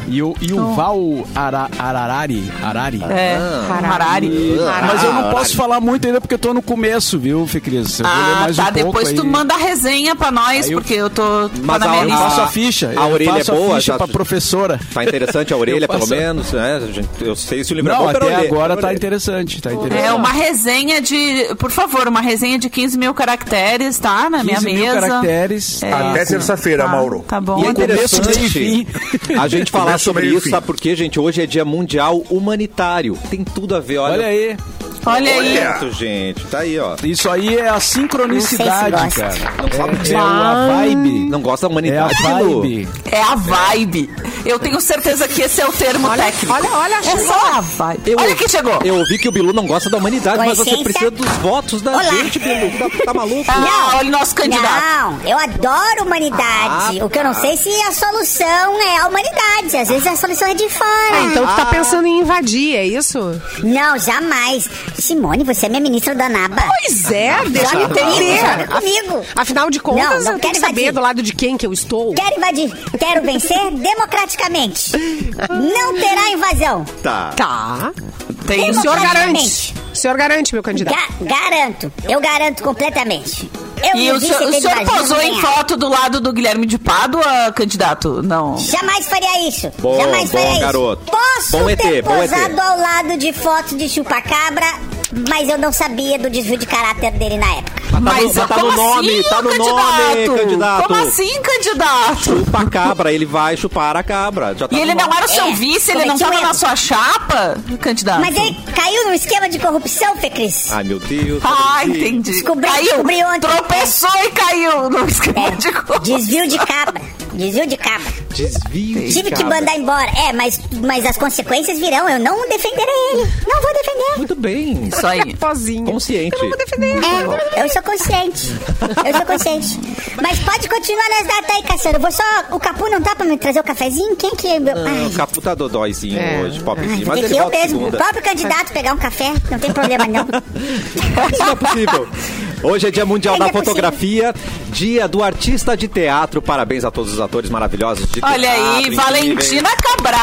Speaker 6: Yu- Yuval Ara, Ararari. Arari.
Speaker 5: Oh. É, Harari.
Speaker 6: Ah. Mas eu não posso falar muito ainda porque eu tô no começo, viu, Fecris? Eu vou ler
Speaker 5: Ah,
Speaker 6: mais
Speaker 5: tá.
Speaker 6: um pouco
Speaker 5: Depois tu
Speaker 6: aí.
Speaker 5: manda a resenha pra nós,
Speaker 6: Aí eu-
Speaker 5: porque eu tô tá
Speaker 1: Mas
Speaker 5: na minha
Speaker 6: Eu
Speaker 1: a-
Speaker 5: lista.
Speaker 6: faço a ficha.
Speaker 1: a
Speaker 6: eu
Speaker 1: orelha
Speaker 6: faço
Speaker 1: é
Speaker 6: a
Speaker 1: boa,
Speaker 6: ficha
Speaker 1: já-
Speaker 6: pra professora.
Speaker 1: Tá interessante a orelha,
Speaker 6: Eu
Speaker 1: pelo
Speaker 6: passo-
Speaker 1: menos, né? gente? Eu sei se o livro é
Speaker 6: Não,
Speaker 1: bom pela
Speaker 6: até
Speaker 1: orelha,
Speaker 6: agora
Speaker 1: pela
Speaker 6: tá
Speaker 1: orelha.
Speaker 6: interessante, tá interessante.
Speaker 5: É uma resenha de, por favor, uma resenha de 15 mil caracteres, tá? Na minha
Speaker 6: 15 mil
Speaker 5: mesa.
Speaker 6: caracteres.
Speaker 5: É
Speaker 7: Até
Speaker 5: isso.
Speaker 7: terça-feira,
Speaker 5: Tá,
Speaker 7: Mauro.
Speaker 5: Tá bom.
Speaker 1: E é
Speaker 6: Começo, meio e
Speaker 1: interessante
Speaker 6: fim.
Speaker 1: a gente falar
Speaker 7: Começo,
Speaker 1: sobre
Speaker 7: meio e
Speaker 1: isso,
Speaker 7: fim.
Speaker 1: sabe por quê, gente? Hoje é dia mundial humanitário. Tem tudo a ver, olha.
Speaker 6: Olha aí.
Speaker 5: Olha aí.
Speaker 7: Olha.
Speaker 1: Certo, gente. Tá aí, ó.
Speaker 6: Isso aí é a sincronicidade, cara.
Speaker 1: Não sabe
Speaker 6: É, é a vibe.
Speaker 1: Não gosta da
Speaker 6: É a
Speaker 1: humanidade, Bilu?
Speaker 6: vibe.
Speaker 5: É a vibe. Eu tenho certeza que esse é o termo
Speaker 4: Olha,
Speaker 5: técnico.
Speaker 4: olha, olha,
Speaker 5: é
Speaker 4: chegou.
Speaker 5: só vai.
Speaker 1: Eu-
Speaker 5: Olha que chegou.
Speaker 1: Eu ouvi que o Bilu não gosta da humanidade,
Speaker 2: Com
Speaker 1: mas você
Speaker 2: licença.
Speaker 1: precisa dos votos da
Speaker 2: Olá.
Speaker 1: gente, Bilu. Tá, tá maluco?
Speaker 5: Ah, olha o nosso candidato. tá.
Speaker 2: Não, eu adoro humanidade.
Speaker 1: Ah,
Speaker 2: o que eu não sei se a solução é a humanidade. Às vezes a solução é de
Speaker 5: Ah,
Speaker 2: fora.
Speaker 4: Então tu tá pensando em invadir, é isso?
Speaker 2: Não, jamais. Simone, você é minha ministra da Naba.
Speaker 4: Pois é, deixa
Speaker 2: Joga
Speaker 4: eu
Speaker 2: comigo,
Speaker 4: entender.
Speaker 2: joga comigo.
Speaker 4: Afinal de contas,
Speaker 2: Não, não
Speaker 4: eu tenho
Speaker 2: quero
Speaker 4: que saber
Speaker 2: invadir.
Speaker 4: do lado de quem que eu estou.
Speaker 2: Quero invadir. Quero vencer democraticamente. Não terá invasão.
Speaker 1: Tá.
Speaker 4: Tá.
Speaker 5: Tem
Speaker 4: O
Speaker 6: um
Speaker 4: senhor garante.
Speaker 2: Democraticamente.
Speaker 4: O senhor garante, meu candidato.
Speaker 2: Ga- garanto. Eu garanto completamente. Eu
Speaker 5: E
Speaker 2: não
Speaker 5: o
Speaker 2: vi
Speaker 5: senhor,
Speaker 2: CT
Speaker 5: o
Speaker 2: de
Speaker 5: senhor
Speaker 2: vazio,
Speaker 5: posou em
Speaker 2: nem nada.
Speaker 5: foto do lado do Guilherme de Pádua, candidato? Não.
Speaker 2: Jamais faria isso.
Speaker 1: Bom,
Speaker 2: Jamais
Speaker 1: bom,
Speaker 2: faria isso.
Speaker 1: garoto.
Speaker 2: Posso
Speaker 1: Bom ET,
Speaker 2: ter
Speaker 1: bom ET.
Speaker 2: posado ao lado de foto de chupacabra, mas eu não sabia do desvio de caráter dele na época.
Speaker 5: Mas
Speaker 1: no- mas tá
Speaker 5: como
Speaker 1: no nome,
Speaker 5: assim,
Speaker 1: tá no
Speaker 5: candidato?
Speaker 1: nome, candidato.
Speaker 5: Como assim, candidato?
Speaker 1: Chupa a cabra, ele vai chupar a cabra. Já tá
Speaker 5: E
Speaker 1: no
Speaker 5: ele não
Speaker 1: nome.
Speaker 5: era o seu
Speaker 2: É,
Speaker 5: vice, ele não
Speaker 2: cometi um
Speaker 5: tava na
Speaker 2: erro.
Speaker 5: sua chapa,
Speaker 1: Ah,
Speaker 5: candidato?
Speaker 2: Mas ele caiu num esquema de corrupção, Fê Cris.
Speaker 1: Ai, meu Deus. tá
Speaker 5: Ah,
Speaker 1: Sim.
Speaker 5: entendi.
Speaker 2: Descobri-
Speaker 5: caiu,
Speaker 2: descobri ontem.
Speaker 5: tropeçou e caiu no esquema de
Speaker 2: É, desvio de cabra. Desvio de cabra.
Speaker 1: Desvio. de
Speaker 2: Tive que
Speaker 1: cabra.
Speaker 2: mandar embora. É, mas, mas as consequências virão. Eu não defenderei ele. Não vou defender.
Speaker 1: Muito bem.
Speaker 5: Isso aí.
Speaker 4: Pozinho.
Speaker 1: Consciente.
Speaker 4: Eu não vou defender.
Speaker 2: É, eu sou consciente. Eu sou consciente. Mas pode continuar nas datas aí, Cassiano. Eu vou só. O Capu não tá pra me trazer o cafezinho? Quem que. é Ai,
Speaker 1: O Capu tá dodóizinho
Speaker 4: É.
Speaker 1: hoje, pobrezinho. Mas
Speaker 2: Tem
Speaker 1: ele
Speaker 2: que eu
Speaker 1: volta
Speaker 2: mesmo, o
Speaker 1: segunda.
Speaker 2: próprio
Speaker 5: É.
Speaker 2: candidato, pegar um café, não tem problema não.
Speaker 1: Isso não é possível. Hoje é dia mundial
Speaker 2: Ainda
Speaker 1: da
Speaker 2: é possível.
Speaker 1: fotografia, dia do artista de teatro. Parabéns a todos os atores maravilhosos de
Speaker 5: Olha
Speaker 1: teatro.
Speaker 5: aí,
Speaker 1: incríveis.
Speaker 5: Valentina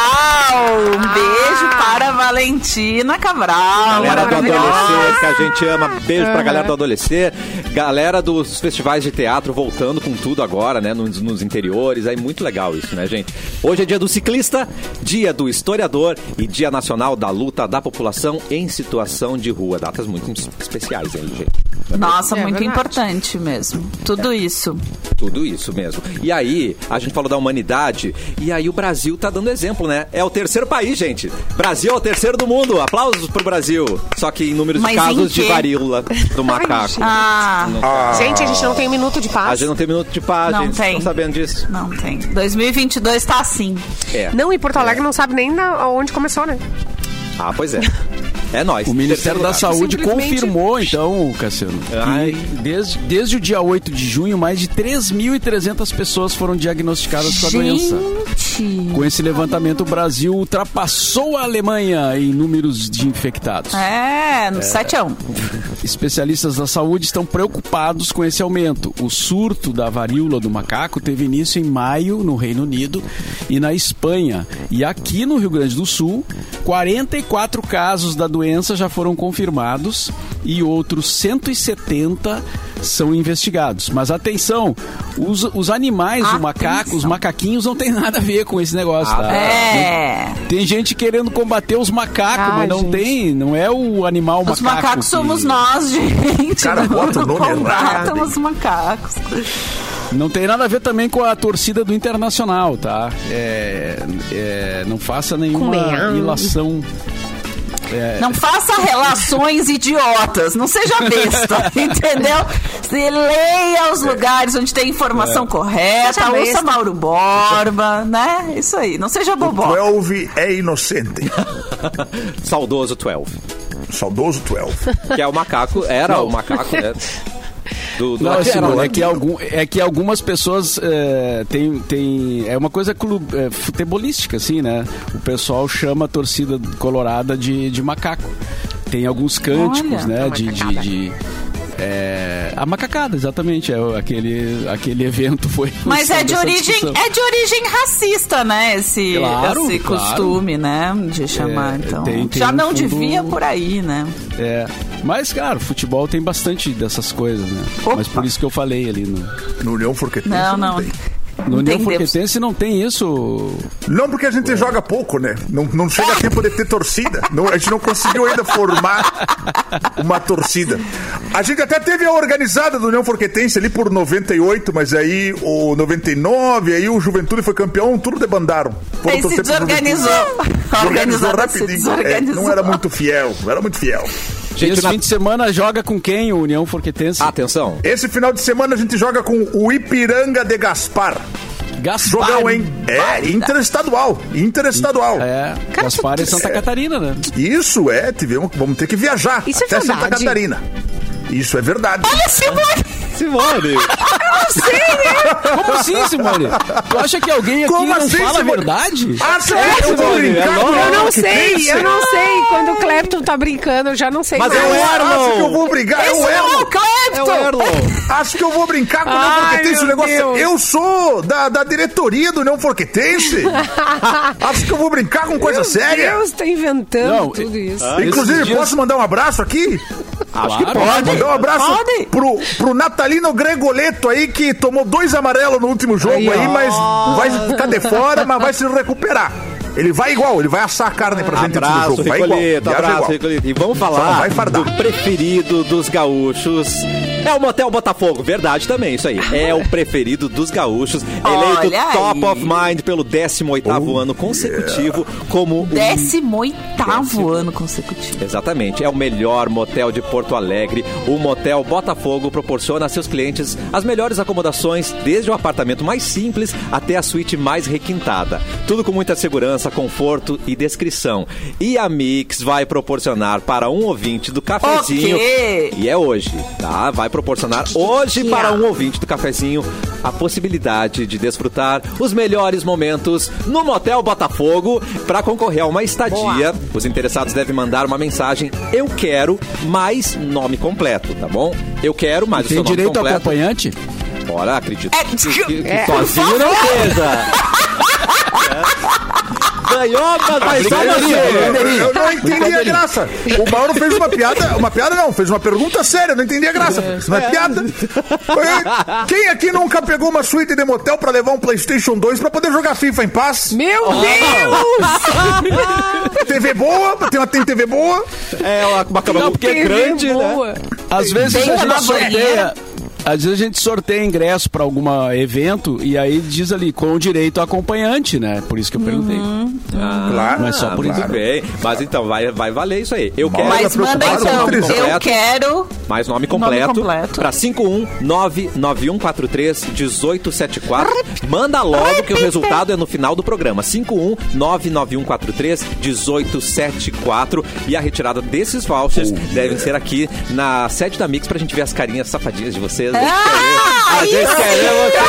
Speaker 5: Cabral. Um beijo para Valentina Cabral.
Speaker 1: Galera do
Speaker 5: maravilhosa.
Speaker 1: Adolescer, que a gente ama. Beijo pra galera do Adolescer. Galera dos festivais de teatro voltando com tudo agora, né? Nos, nos interiores. Aí muito legal isso, né, gente? Hoje é dia do ciclista, dia do historiador e dia nacional da luta da população em situação de rua. Datas muito es- especiais aí, gente.
Speaker 5: Nossa,
Speaker 4: É
Speaker 5: muito
Speaker 4: verdade.
Speaker 5: importante mesmo. Tudo isso.
Speaker 1: Tudo isso mesmo. E aí, a gente falou da humanidade, e aí o Brasil tá dando exemplo, né? É o terceiro país, gente. Brasil é o terceiro do mundo. Aplausos pro Brasil. Só que em números
Speaker 5: Mas
Speaker 1: de
Speaker 5: em
Speaker 1: casos de
Speaker 5: quê?
Speaker 1: varíola do macaco.
Speaker 4: gente.
Speaker 5: Ah,
Speaker 4: Gente, a gente não tem um minuto de
Speaker 1: A
Speaker 4: paz.
Speaker 1: gente não tem minuto de paz,
Speaker 5: Não
Speaker 1: gente.
Speaker 5: tem.
Speaker 1: Estão sabendo disso?
Speaker 5: não tem. 2022 tá assim.
Speaker 1: É.
Speaker 4: Não, e Porto Alegre não sabe nem na, onde começou, né?
Speaker 1: Ah, pois é. É nós.
Speaker 6: O Ministério da
Speaker 1: Terceiro
Speaker 6: Saúde
Speaker 4: Simplesmente-
Speaker 6: confirmou, então, Cassiano, que
Speaker 1: Ai.
Speaker 6: desde, desde o dia 8 de junho, mais de 3.300 pessoas foram diagnosticadas com a doença.
Speaker 5: Gente.
Speaker 6: Com esse levantamento, o Brasil ultrapassou a Alemanha em números de infectados.
Speaker 5: É, no 7x1.
Speaker 6: Especialistas da saúde estão preocupados com esse aumento. O surto da varíola do macaco teve início em maio no Reino Unido e na Espanha. E aqui no Rio Grande do Sul, 44 casos da doença já foram confirmados e outros 170 são investigados. Mas atenção, os, os animais, o macaco, os macaquinhos não tem nada a ver com esse negócio,
Speaker 7: Ah,
Speaker 6: tá?
Speaker 5: É.
Speaker 6: Tem gente querendo combater os macacos,
Speaker 4: Ah,
Speaker 6: mas não
Speaker 4: gente.
Speaker 6: tem, não é o animal
Speaker 5: Os
Speaker 6: macaco.
Speaker 5: macacos
Speaker 6: que-
Speaker 5: somos nós, gente.
Speaker 7: Cara,
Speaker 5: não,
Speaker 7: bota um o
Speaker 5: não
Speaker 7: nome
Speaker 5: combatam
Speaker 7: errado, hein?
Speaker 5: os macacos.
Speaker 6: Não tem nada a ver também com a torcida do Internacional, tá? É, é, não faça nenhuma
Speaker 4: Convenhamos.
Speaker 6: ilação.
Speaker 7: É.
Speaker 5: Não faça relações idiotas, não seja besta, entendeu? Se leia
Speaker 7: É.
Speaker 5: os lugares onde tem informação correta,
Speaker 4: Seja
Speaker 5: ouça
Speaker 4: besta.
Speaker 5: Mauro Borba, né? Isso aí, não seja bobó.
Speaker 7: 12 é inocente.
Speaker 1: Saudoso 12.
Speaker 7: Saudoso 12.
Speaker 1: Que é o macaco. Era o macaco, né? Do, do
Speaker 6: Não,
Speaker 1: latino,
Speaker 6: Simone,
Speaker 1: né?
Speaker 6: é, que algum, é que algumas pessoas é, tem, tem. É uma coisa clu- é, futebolística, assim, né? O pessoal chama a torcida colorada de, de macaco. Tem alguns cânticos,
Speaker 5: Olha,
Speaker 6: né? De. de, de- é, a macacada, exatamente. É, o- aquele, aquele evento foi.
Speaker 5: Mas é de,
Speaker 6: dessa
Speaker 5: origem,
Speaker 6: discussão.
Speaker 5: é de origem racista, né? Esse,
Speaker 6: Claro,
Speaker 5: esse
Speaker 6: claro.
Speaker 5: costume, né? De chamar.
Speaker 6: É,
Speaker 5: então,
Speaker 6: tem- tem
Speaker 5: já
Speaker 6: um
Speaker 5: não
Speaker 6: fundo-
Speaker 5: devia por aí, né?
Speaker 6: É. Mas, cara, futebol tem bastante dessas coisas, né?
Speaker 5: Opa.
Speaker 6: Mas por isso que eu falei ali no.
Speaker 7: No Leão Forquetense
Speaker 5: Não, não.
Speaker 7: tem.
Speaker 6: No União
Speaker 5: tem
Speaker 6: Forquetense não tem isso.
Speaker 7: Não, porque a gente joga pouco, né? Não, não chega a tempo de ter torcida. Não, a gente não conseguiu ainda formar uma torcida. A gente até teve a organizada do União Forquetense ali por 98, mas aí o 99, aí o Juventude foi campeão, tudo debandaram. Foram
Speaker 5: Aí se
Speaker 7: torcer pro Juventude.
Speaker 5: desorganizou. A
Speaker 7: Organizou
Speaker 5: organizada se
Speaker 7: rapidinho. É,
Speaker 5: desorganizou.
Speaker 7: não era muito fiel, não era muito fiel.
Speaker 1: Gente,
Speaker 6: Esse
Speaker 1: na- Ah,
Speaker 6: fim de semana joga com quem o União Forquetense?
Speaker 1: Atenção.
Speaker 7: Esse final de semana a gente joga com o Ipiranga de Gaspar.
Speaker 6: Gaspar.
Speaker 7: Jogão, hein? É, interestadual. Interestadual.
Speaker 6: É,
Speaker 4: Cara,
Speaker 6: Gaspar
Speaker 4: tu-
Speaker 6: é Santa
Speaker 7: é.
Speaker 6: Catarina, né?
Speaker 7: Isso é, tivemos, vamos ter que viajar
Speaker 4: Isso é
Speaker 7: até Santa
Speaker 4: verdade.
Speaker 7: Catarina. Isso é verdade.
Speaker 1: Simone!
Speaker 6: Como assim, Simone? Tu acha que alguém aqui
Speaker 7: Como
Speaker 6: não
Speaker 7: assim,
Speaker 6: fala a
Speaker 7: Simone?
Speaker 6: verdade?
Speaker 7: Ah, será que eu vou
Speaker 1: Simone,
Speaker 7: brincar
Speaker 1: é
Speaker 7: com
Speaker 1: lógico.
Speaker 4: Eu não
Speaker 7: que tem,
Speaker 4: sei, eu
Speaker 7: será?
Speaker 4: não sei. Quando o Clepton tá brincando, eu já não sei
Speaker 1: Mas
Speaker 4: mais.
Speaker 1: é o
Speaker 7: Acho que eu
Speaker 1: Erlon!
Speaker 7: vou brigar, eu erro.
Speaker 1: É o Erlon!
Speaker 7: Acho que eu vou brincar com o União
Speaker 4: Ai,
Speaker 7: Forquetense. O
Speaker 4: meu
Speaker 7: negócio
Speaker 4: Deus.
Speaker 7: é, eu sou da, da diretoria do União Forquetense. Acho que eu vou brincar com coisa
Speaker 4: Meu
Speaker 7: séria. Ah.
Speaker 4: Deus, tá inventando
Speaker 6: Não,
Speaker 4: tudo isso.
Speaker 6: Ah,
Speaker 7: Inclusive,
Speaker 6: Esses dias-
Speaker 7: posso mandar um abraço aqui?
Speaker 6: Acho que
Speaker 7: Mandar um abraço
Speaker 5: Pode.
Speaker 7: pro, pro Natalino Gregoleto aí, que tomou dois amarelos no último jogo aí,
Speaker 4: Aí, ó.
Speaker 7: mas vai ficar de fora, mas vai se recuperar. Ele vai igual, ele vai assar a carne pra gente antes do
Speaker 1: Abraço,
Speaker 7: jogo. Vai igual.
Speaker 1: Ricolito,
Speaker 7: viaja
Speaker 1: abraço,
Speaker 7: igual.
Speaker 1: Ricolito. E vamos
Speaker 7: Só
Speaker 1: falar
Speaker 7: vai fardar.
Speaker 1: do preferido dos gaúchos. É o Motel Botafogo, verdade também, isso aí. É o preferido dos gaúchos, eleito
Speaker 5: Olha aí.
Speaker 1: top of mind pelo 18º ano consecutivo como o
Speaker 5: 18 ano consecutivo.
Speaker 1: Exatamente, é o melhor motel de Porto Alegre. O Motel Botafogo proporciona a seus clientes as melhores acomodações, desde o apartamento mais simples até a suíte mais requintada. Tudo com muita segurança, conforto e descrição. E a Mix vai proporcionar para um ouvinte do cafezinho.
Speaker 5: Ok.
Speaker 1: E é hoje, tá? Vai proporcionar hoje para um ouvinte do cafezinho a possibilidade de desfrutar os melhores momentos no Motel Botafogo para concorrer a uma estadia. Os interessados devem mandar uma mensagem eu quero mais nome completo, tá bom? Eu quero mais o
Speaker 6: Tem
Speaker 1: seu é um nome
Speaker 6: direito ao
Speaker 1: completo.
Speaker 6: acompanhante?
Speaker 1: Ora, acredito
Speaker 5: É,
Speaker 1: que, que, que
Speaker 4: é,
Speaker 1: sozinho não seja. Ganhou, mas vai só você.
Speaker 7: Eu não entendi a graça. O Mauro fez uma piada, uma piada não, fez uma pergunta séria, eu não entendi a graça. Isso não é piada. Ei, Quem aqui nunca pegou uma suíte de motel pra levar um PlayStation 2 pra poder jogar FIFA em paz?
Speaker 4: Meu Deus!
Speaker 7: TV boa, tem uma tem TV boa.
Speaker 1: É uma, uma
Speaker 4: Não,
Speaker 1: cama que é
Speaker 4: TV
Speaker 1: grande, né?
Speaker 4: boa.
Speaker 6: Às vezes
Speaker 5: Tem
Speaker 6: a
Speaker 5: uma
Speaker 6: gente sorteia.
Speaker 5: banheira.
Speaker 6: Às vezes a gente sorteia ingresso pra algum evento e aí diz ali com direito ao acompanhante, né? Por isso que eu perguntei.
Speaker 1: Ah,
Speaker 7: Claro.
Speaker 6: Mas só por isso.
Speaker 1: Tudo bem, mas então vai, vai valer isso aí. Eu quero
Speaker 5: Mas manda
Speaker 7: preocupado com
Speaker 5: então,
Speaker 7: o trisal.
Speaker 5: eu
Speaker 1: Completo.
Speaker 5: quero.
Speaker 1: mais nome completo, um
Speaker 5: completo.
Speaker 1: para 51991431874. Manda logo que o resultado é no final do programa. 51991431874 e a retirada desses vouchers devem ser aqui na sede da Mix pra gente ver as carinhas safadinhas de vocês.
Speaker 5: Ah,
Speaker 1: a
Speaker 5: aí
Speaker 1: gente quer ver vocês.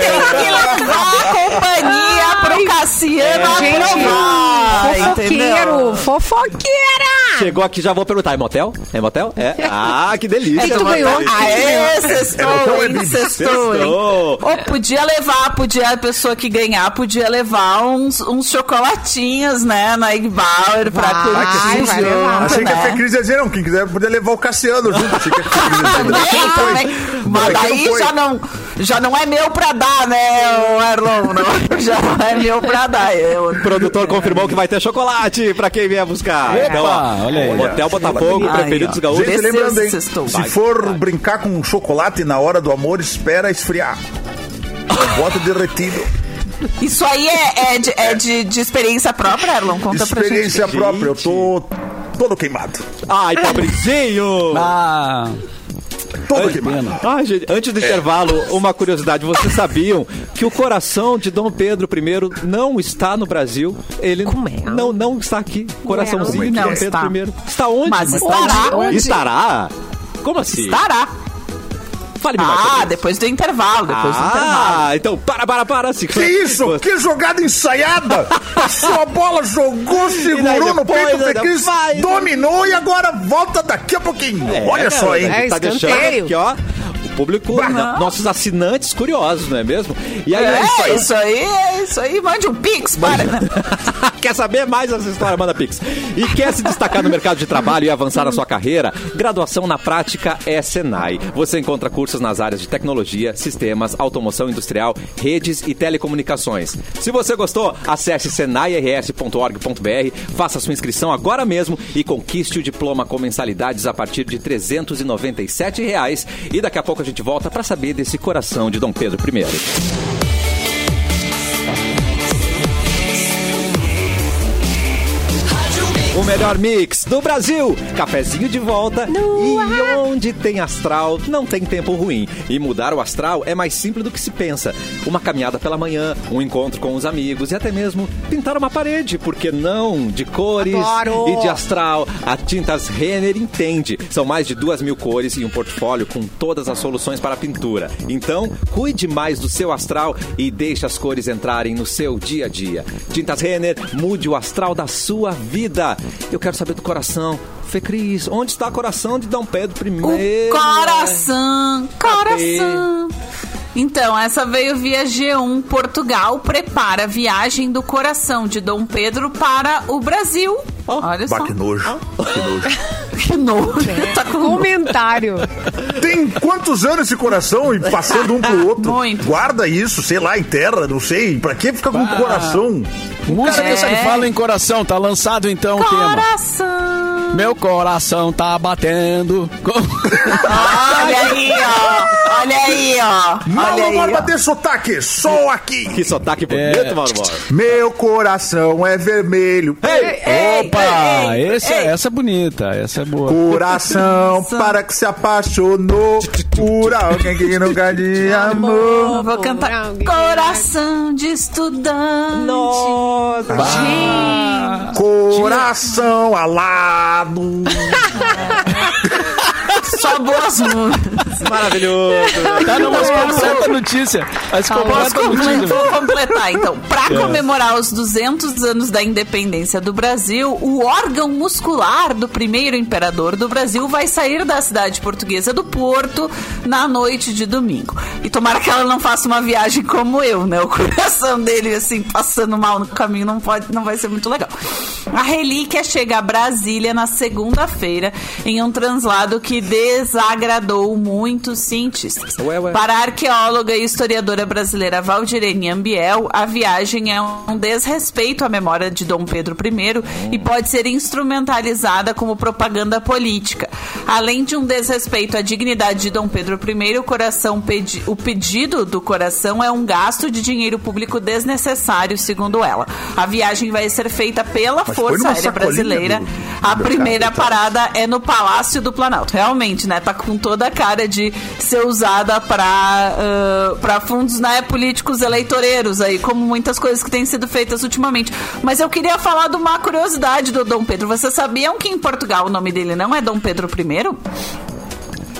Speaker 5: Tem que levar a companhia pro Cassiano aprovar, Ah, entendeu?
Speaker 4: Fofoqueiro, fofoqueira!
Speaker 1: Chegou aqui, já vou perguntar. É motel? É motel? É? Ah, que delícia.
Speaker 4: É que tu ganhou.
Speaker 5: Então, Ah, Aê,
Speaker 7: Então
Speaker 5: sextou,
Speaker 7: é
Speaker 5: hein,
Speaker 7: bem-
Speaker 5: sextou, hein?
Speaker 1: Sextou.
Speaker 5: Ô, podia levar, podia a pessoa que ganhar, podia levar uns, uns chocolatinhos, né, na Igbauer pra
Speaker 4: Vai,
Speaker 7: assim
Speaker 5: curtir
Speaker 4: vai
Speaker 5: junto,
Speaker 4: levar.
Speaker 7: Achei que a
Speaker 5: né?
Speaker 7: Fecris ia dizer, não, quem quiser poder levar o Cassiano junto. Achei que a Fecris ia dizer, não,
Speaker 5: Também,
Speaker 7: aqui não foi.
Speaker 5: também.
Speaker 7: Aqui
Speaker 5: Mas
Speaker 7: não
Speaker 5: daí
Speaker 7: foi.
Speaker 5: já não, já não é meu pra dar, né, ô Erlon? Não, já não é meu pra dar. é Eu,
Speaker 1: O produtor confirmou que vai ter chocolate pra quem vier buscar.
Speaker 6: Epa,
Speaker 1: então, ó,
Speaker 6: olha aí.
Speaker 1: Hotel Botafogo,
Speaker 5: Ai,
Speaker 1: preferido dos
Speaker 5: ó.
Speaker 1: gaúchos.
Speaker 7: Gente,
Speaker 5: Desceu,
Speaker 7: lembrando, hein?
Speaker 5: sextou.
Speaker 7: Se for brincar com chocolate na hora do amor, espera esfriar. Bota derretido.
Speaker 5: isso aí é, é, de, é de, de experiência própria, Erlon? Conta
Speaker 7: Experiência
Speaker 5: pra gente.
Speaker 7: própria. Eu tô todo queimado.
Speaker 1: Ai, pobrezinho!
Speaker 6: Ah,
Speaker 7: Todo
Speaker 6: que
Speaker 7: queimado.
Speaker 6: pena.
Speaker 1: Ai, gente, antes do intervalo, uma curiosidade. Vocês sabiam que o coração de Dom Pedro I não está no Brasil? Ele
Speaker 5: Como é?
Speaker 1: não, não está aqui. Coraçãozinho de
Speaker 7: Como é
Speaker 1: Dom
Speaker 7: que
Speaker 1: Pedro
Speaker 5: é? Não
Speaker 1: I. Está onde?
Speaker 5: Mas estará.
Speaker 1: Onde?
Speaker 5: Onde?
Speaker 1: Estará? Como assim?
Speaker 5: Estará.
Speaker 1: Fale-me mais sobre
Speaker 5: Ah,
Speaker 1: isso.
Speaker 5: depois do intervalo, depois do intervalo.
Speaker 1: Ah, então para, para, para. se-
Speaker 7: Que isso? Que jogada ensaiada! Passou a bola, jogou, segurou no
Speaker 1: depois,
Speaker 7: peito do
Speaker 1: né,
Speaker 7: Fecris,
Speaker 1: vai, né?
Speaker 7: dominou e agora volta daqui a pouquinho. Olha só, hein?
Speaker 1: A gente
Speaker 4: É
Speaker 1: tá
Speaker 4: escanteio.
Speaker 1: deixando aqui, ó. O público, no- nossos assinantes curiosos, não é mesmo? E aí,
Speaker 5: É,
Speaker 1: isso aí.
Speaker 5: isso aí, é isso aí. Mande um pix, para. né?
Speaker 1: quer saber mais dessa história? Manda Pix. E quer se destacar no mercado de trabalho e avançar na sua carreira? Graduação na prática é Senai. Você encontra cursos nas áreas de tecnologia, sistemas, automoção industrial, redes e telecomunicações. Se você gostou, acesse senairs.org.br, faça sua inscrição agora mesmo e conquiste o diploma com mensalidades a partir de R$ 397 reais. E daqui a pouco a gente volta para saber desse coração de Dom Pedro I.
Speaker 8: Rádio Mix.
Speaker 1: O melhor mix do Brasil. Cafezinho de volta. e onde tem astral, não tem tempo ruim. E mudar o astral é mais simples do que se pensa. Uma caminhada pela manhã, um encontro com os amigos e até mesmo pintar uma parede, porque não? De cores
Speaker 4: Adoro!
Speaker 1: e de astral. A Tintas Renner entende. São mais de duas mil cores e um portfólio com todas as soluções para a pintura. Então, cuide mais do seu astral e deixe as cores entrarem no seu dia a dia. Tintas Renner, mude o astral da sua vida. Eu quero saber do coração. Fê Cris, onde está o coração de Dom Pedro I?
Speaker 5: Coração, coração. Então, essa veio via G1. Portugal prepara a viagem do coração de Dom Pedro para o Brasil. Olha só. um
Speaker 7: Bah, que nojo. Que nojo.
Speaker 5: Que nojo. Tá com
Speaker 4: Comentário.
Speaker 7: Tem quantos anos esse coração e passando um pro outro?
Speaker 5: Muito.
Speaker 7: Guarda isso, sei lá, enterra, não sei. Pra que ficar com o coração?
Speaker 6: Música
Speaker 5: É.
Speaker 6: que sai fala em coração, tá lançado então o tema.
Speaker 5: coração.
Speaker 6: Meu coração tá batendo.
Speaker 5: Olha aí, ó. Olha aí, ó. Olha
Speaker 7: Mauro
Speaker 5: aí,
Speaker 7: Borba
Speaker 5: ó.
Speaker 7: tem sotaque, só aqui.
Speaker 1: Que sotaque bonito, Mauro Borba.
Speaker 7: Meu coração é vermelho.
Speaker 6: Opa!
Speaker 5: ei,
Speaker 6: esse- Essa é bonita, essa é boa.
Speaker 7: Coração para que se apaixonou por alguém que nunca de amor.
Speaker 5: Eu Vou cantar
Speaker 4: Alguém-
Speaker 5: Coração de Estudante. Gente,
Speaker 7: Coração alado.
Speaker 5: só boas músicas.
Speaker 1: Maravilhoso.
Speaker 6: Tá numa completa notícia. Mas
Speaker 5: Posso
Speaker 6: completa
Speaker 5: completar,
Speaker 6: notícia.
Speaker 5: vou completar, então. Para comemorar os 200 anos da independência do Brasil, o órgão muscular do primeiro imperador do Brasil vai sair da cidade portuguesa do Porto na noite de domingo. E tomara que ela não faça uma viagem como eu, né? O coração dele, assim, passando mal no caminho, não, pode, não vai ser muito legal. A relíquia chega a Brasília na segunda-feira em um translado que desagradou muitos cientistas.
Speaker 1: Ué, ué.
Speaker 5: Para a arqueóloga e historiadora brasileira Valdirene Ambiel, a viagem é um desrespeito à memória de Dom Pedro I e pode ser instrumentalizada como propaganda política. Além de um desrespeito à dignidade de Dom Pedro I, o, coração pedi- o pedido do coração é um gasto de dinheiro público desnecessário, segundo ela. A viagem vai ser feita pela
Speaker 7: Mas foi
Speaker 5: Força
Speaker 7: numa
Speaker 5: Aérea
Speaker 7: sacolinha
Speaker 5: Brasileira.
Speaker 7: do- do
Speaker 5: a
Speaker 7: mercado,
Speaker 5: primeira
Speaker 7: então.
Speaker 5: parada é no Palácio do Planalto. Realmente, né? Tá com toda a cara de ser usada pra, ah, pra fundos né, políticos eleitoreiros aí, como muitas coisas que têm sido feitas ultimamente. Mas eu queria falar de uma curiosidade do Dom Pedro. Vocês sabiam que em Portugal o nome dele não é Dom Pedro I?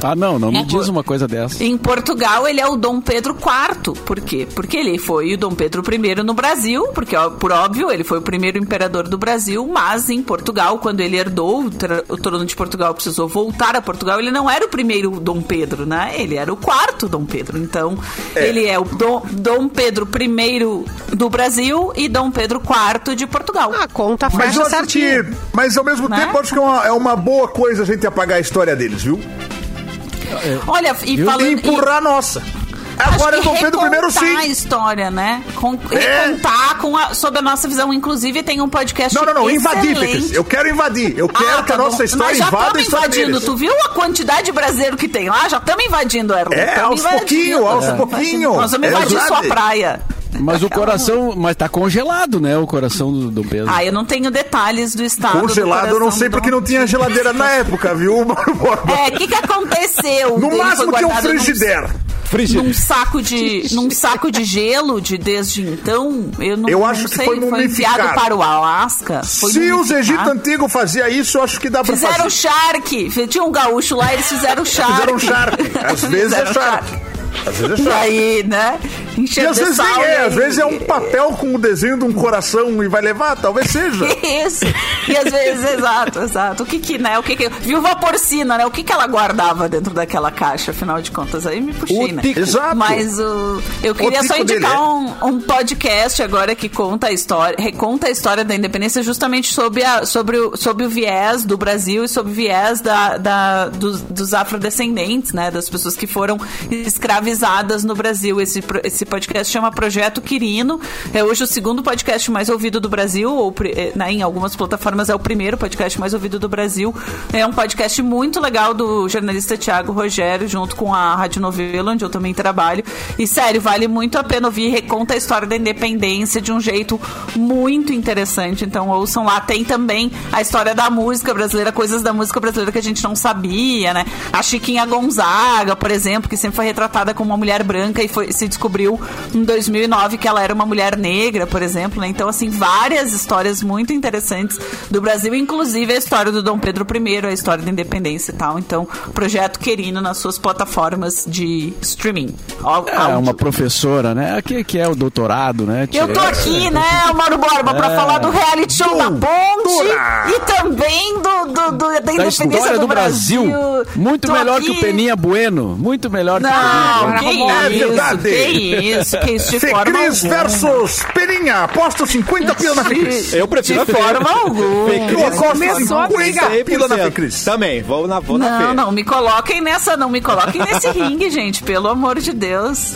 Speaker 6: Ah, não, não me diz uma coisa dessa.
Speaker 5: Em Portugal, ele é o Dom Pedro IV. Por quê? Porque ele foi o Dom Pedro I no Brasil, porque, ó, por óbvio, ele foi o primeiro imperador do Brasil, mas em Portugal, quando ele herdou o, tra- o trono de Portugal, precisou voltar a Portugal, ele não era o primeiro Dom Pedro, né? Ele era o quarto Dom Pedro. Então, ele é o Dom, Dom Pedro I do Brasil e Dom Pedro IV de Portugal.
Speaker 4: A conta
Speaker 7: Mas eu
Speaker 4: fecha
Speaker 7: acho
Speaker 4: certinho.
Speaker 7: que. Mas ao mesmo
Speaker 5: Né?
Speaker 7: tempo, acho que é uma, é uma boa coisa a gente apagar a história deles, viu?
Speaker 5: Olha, e
Speaker 7: E
Speaker 5: falando... e-
Speaker 7: empurrar a nossa. Agora é
Speaker 5: Acho que
Speaker 7: Dom Pedro I,
Speaker 5: recontar a
Speaker 7: sim.
Speaker 5: história, né? Con
Speaker 7: É.
Speaker 5: Recontar com a, sob a nossa visão. Inclusive, tem um podcast
Speaker 7: Não, não, não.
Speaker 5: excelente.
Speaker 7: Invadir, Ficas. Eu quero invadir. Eu quero
Speaker 5: Ah,
Speaker 7: que
Speaker 5: tá
Speaker 7: a nossa
Speaker 5: bom.
Speaker 7: história
Speaker 5: Nós já
Speaker 7: invada a
Speaker 5: estamos
Speaker 7: história
Speaker 5: invadindo.
Speaker 7: deles.
Speaker 5: Tu viu a quantidade de brasileiro que tem lá? Já estamos invadindo, Erlon.
Speaker 7: É,
Speaker 5: Tamo
Speaker 7: aos
Speaker 5: invadindo.
Speaker 7: pouquinho, aos
Speaker 5: É.
Speaker 7: pouquinho.
Speaker 5: Nós vamos
Speaker 7: É
Speaker 5: invadir
Speaker 7: verdade.
Speaker 5: sua praia.
Speaker 6: Mas o coração. Mas tá congelado, né? O coração do Dom Pedro.
Speaker 5: Ah, eu não tenho detalhes do estado
Speaker 7: Congelado,
Speaker 5: do
Speaker 7: eu não
Speaker 5: coração
Speaker 7: sei
Speaker 5: do
Speaker 7: porque
Speaker 5: Dom
Speaker 7: não tinha
Speaker 5: Pedro.
Speaker 7: geladeira na época, viu, Mauro Borba?
Speaker 5: É, o que, que aconteceu?
Speaker 7: No
Speaker 5: Ele foi
Speaker 7: máximo tinha um
Speaker 5: guardado num-
Speaker 7: frigideira.
Speaker 5: Num saco de, num saco de gelo de desde então, eu não,
Speaker 7: Eu
Speaker 5: não
Speaker 7: acho que
Speaker 5: sei,
Speaker 7: foi
Speaker 5: enviado
Speaker 7: mumificado.
Speaker 5: para o Alasca. Foi
Speaker 7: Se os
Speaker 5: mumificado.
Speaker 7: Egito antigos faziam isso, eu acho que dá pra
Speaker 5: Fizeram
Speaker 7: fazer.
Speaker 5: shark. Tinha um gaúcho lá, eles fizeram shark.
Speaker 7: Fizeram shark. Às vezes é
Speaker 5: Fizeram
Speaker 7: shark. Às vezes é
Speaker 5: E
Speaker 7: shark.
Speaker 5: aí, né?
Speaker 7: E às vezes nem é, às vezes é um
Speaker 5: papo.
Speaker 7: papel com o desenho de um coração e vai levar, talvez seja.
Speaker 5: Isso. E às vezes, exato, exato. O que que, né? O que que... Viúva porcina, né? O que que ela guardava dentro daquela caixa, afinal de contas? Aí me puxei,
Speaker 1: O
Speaker 5: né?
Speaker 1: tico.
Speaker 7: Exato.
Speaker 5: Mas o... eu queria só
Speaker 7: tico dele,
Speaker 5: indicar
Speaker 7: é.
Speaker 5: um, um podcast agora que conta a história, reconta a história da independência justamente sobre, a, sobre, o, sobre o viés do Brasil e sobre o viés da, da- dos, dos afrodescendentes, né? Das pessoas que foram escravizadas no Brasil. Esse, pro- esse podcast chama Projeto Quirino. É hoje o segundo podcast mais ouvido do Brasil, ou pri- eh, né, em algumas plataformas é o primeiro podcast mais ouvido do Brasil. É um podcast muito legal do jornalista Tiago Rogério, junto com a Rádio Novelo, onde eu também trabalho. E sério, vale muito a pena ouvir. Reconta a história da independência de um jeito muito interessante. Então ouçam lá. Tem também a história da música brasileira, coisas da música brasileira que a gente não sabia, né? A Chiquinha Gonzaga, por exemplo, que sempre foi retratada como uma mulher branca e foi, se descobriu em 2009 que ela era uma mulher negra, por exemplo. Né? Então, assim, várias histórias muito interessantes do Brasil, inclusive a história do Dom Pedro I, a história da independência e tal. Então, projeto querido nas suas plataformas de streaming. Ó,
Speaker 6: É
Speaker 5: áudio.
Speaker 6: uma professora, né? Aqui que é o doutorado, né?
Speaker 5: Eu tô aqui, né, Mauro Borba, pra falar do reality show da Ponte e também do, do- do- da
Speaker 6: Da
Speaker 5: independência
Speaker 6: história
Speaker 5: do,
Speaker 6: do Brasil. Muito
Speaker 5: Tô
Speaker 6: melhor
Speaker 5: aqui-
Speaker 6: que o Peninha Bueno. Muito melhor que o Peninha
Speaker 5: Não,
Speaker 6: Bueno.
Speaker 5: que
Speaker 4: Agora
Speaker 5: isso,
Speaker 7: arrumou.
Speaker 5: que isso, que isso, de forma
Speaker 7: Fecris
Speaker 5: alguma.
Speaker 7: versus Peninha. Aposto 50 pila na Fecris.
Speaker 1: Eu prefiro
Speaker 5: de
Speaker 1: a Fê.
Speaker 5: forma alguma.
Speaker 1: Fê Cris,
Speaker 7: Eu aposto
Speaker 4: Começou a
Speaker 7: 50 pila na
Speaker 1: 100%.
Speaker 7: Fecris.
Speaker 1: Também, vou na, vou na
Speaker 5: Não,
Speaker 1: Fê.
Speaker 5: não, me coloquem nessa, não me coloquem nesse ringue, gente, pelo amor de Deus.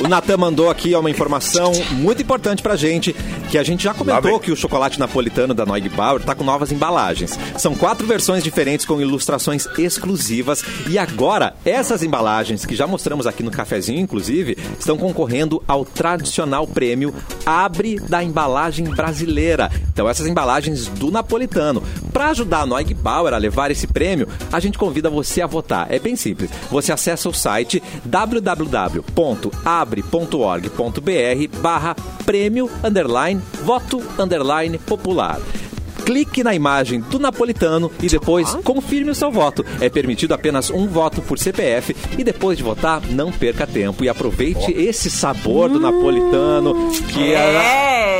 Speaker 1: O Natan mandou aqui ó, uma informação muito importante pra gente, que a gente já comentou
Speaker 7: vem.
Speaker 1: que o chocolate napolitano da Noig Bauer tá com novas embalagens. São quatro versões diferentes com ilustrações exclusivas e agora essas embalagens que já mostramos aqui no cafezinho, inclusive, estão concorrendo ao tradicional prêmio Abre da Embalagem Brasileira. Então essas embalagens do napolitano. Pra ajudar a Noig Bauer a levar esse prêmio, a gente convida você a votar. É bem simples. Você acessa o site www.abre.org.br barra prêmio underline voto underline popular. Clique na imagem do napolitano e depois confirme o seu voto. É permitido apenas um voto por CPF e depois de votar, não perca tempo e aproveite esse sabor do napolitano que é,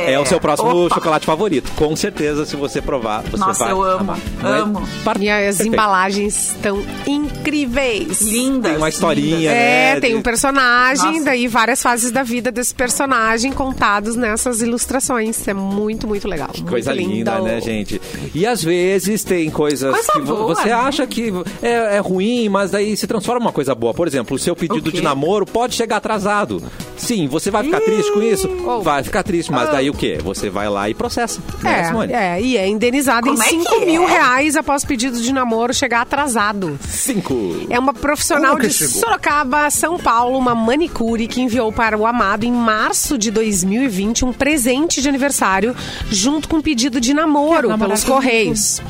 Speaker 5: Hum. É.
Speaker 1: é o seu próximo
Speaker 5: Opa.
Speaker 1: chocolate favorito. Com certeza, se você provar, você
Speaker 5: Nossa,
Speaker 1: vai
Speaker 5: eu amo,
Speaker 1: amar. Não é?
Speaker 5: amo.
Speaker 1: Par-
Speaker 4: E as
Speaker 1: Perfeito.
Speaker 4: embalagens estão incríveis.
Speaker 5: Lindas.
Speaker 1: Tem uma historinha, né?
Speaker 4: É, tem
Speaker 1: de-
Speaker 4: um personagem,
Speaker 5: Nossa.
Speaker 4: daí várias fases da vida desse personagem contados nessas ilustrações. É muito, muito legal. muito
Speaker 1: Coisa
Speaker 4: lindo.
Speaker 1: linda, né, gente? E às vezes tem coisas
Speaker 5: Coisa
Speaker 1: que vo-
Speaker 5: boa,
Speaker 1: você
Speaker 5: né?
Speaker 1: acha que é, é ruim, mas daí se transforma em uma coisa boa. Por exemplo, o seu pedido
Speaker 5: O quê?
Speaker 1: de namoro pode chegar atrasado. Sim, você vai ficar triste com isso?
Speaker 4: Oh.
Speaker 1: Vai ficar triste, mas
Speaker 5: Ah.
Speaker 1: daí o quê? Você vai lá e processa. né, Simone?
Speaker 4: É, é, e é indenizado
Speaker 5: Como é
Speaker 4: em
Speaker 5: que
Speaker 4: 5 mil
Speaker 5: é?
Speaker 4: reais após pedido de namoro chegar atrasado.
Speaker 1: Cinco.
Speaker 4: É uma profissional
Speaker 7: Como que
Speaker 4: de
Speaker 7: chegou?
Speaker 4: Sorocaba, São Paulo, uma manicure que enviou para o amado em março de 2020 um presente de aniversário junto com um pedido de namoro pelos Correios.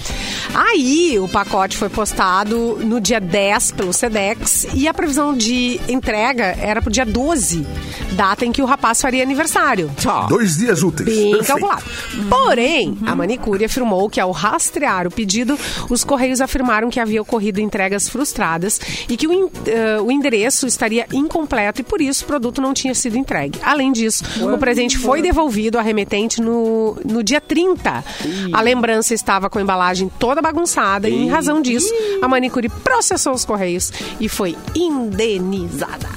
Speaker 4: Aí o pacote foi postado no dia 10 pelo Sedex e a previsão de entrega era para o dia 12, data em que o rapaz faria aniversário. Tchau.
Speaker 7: Dois dias úteis.
Speaker 4: Bem
Speaker 7: Perfeito. Uhum.
Speaker 4: calculado. Porém, a manicure afirmou que ao rastrear o pedido, os correios afirmaram que havia ocorrido entregas frustradas e que o, en- eh, o endereço estaria incompleto e por isso o produto não tinha sido entregue. Além disso, o presente foi devolvido ao remetente no, no dia 30. A lembrança estava com a embalagem toda bagunçada e, em razão disso, a manicure processou os correios e foi indenizada.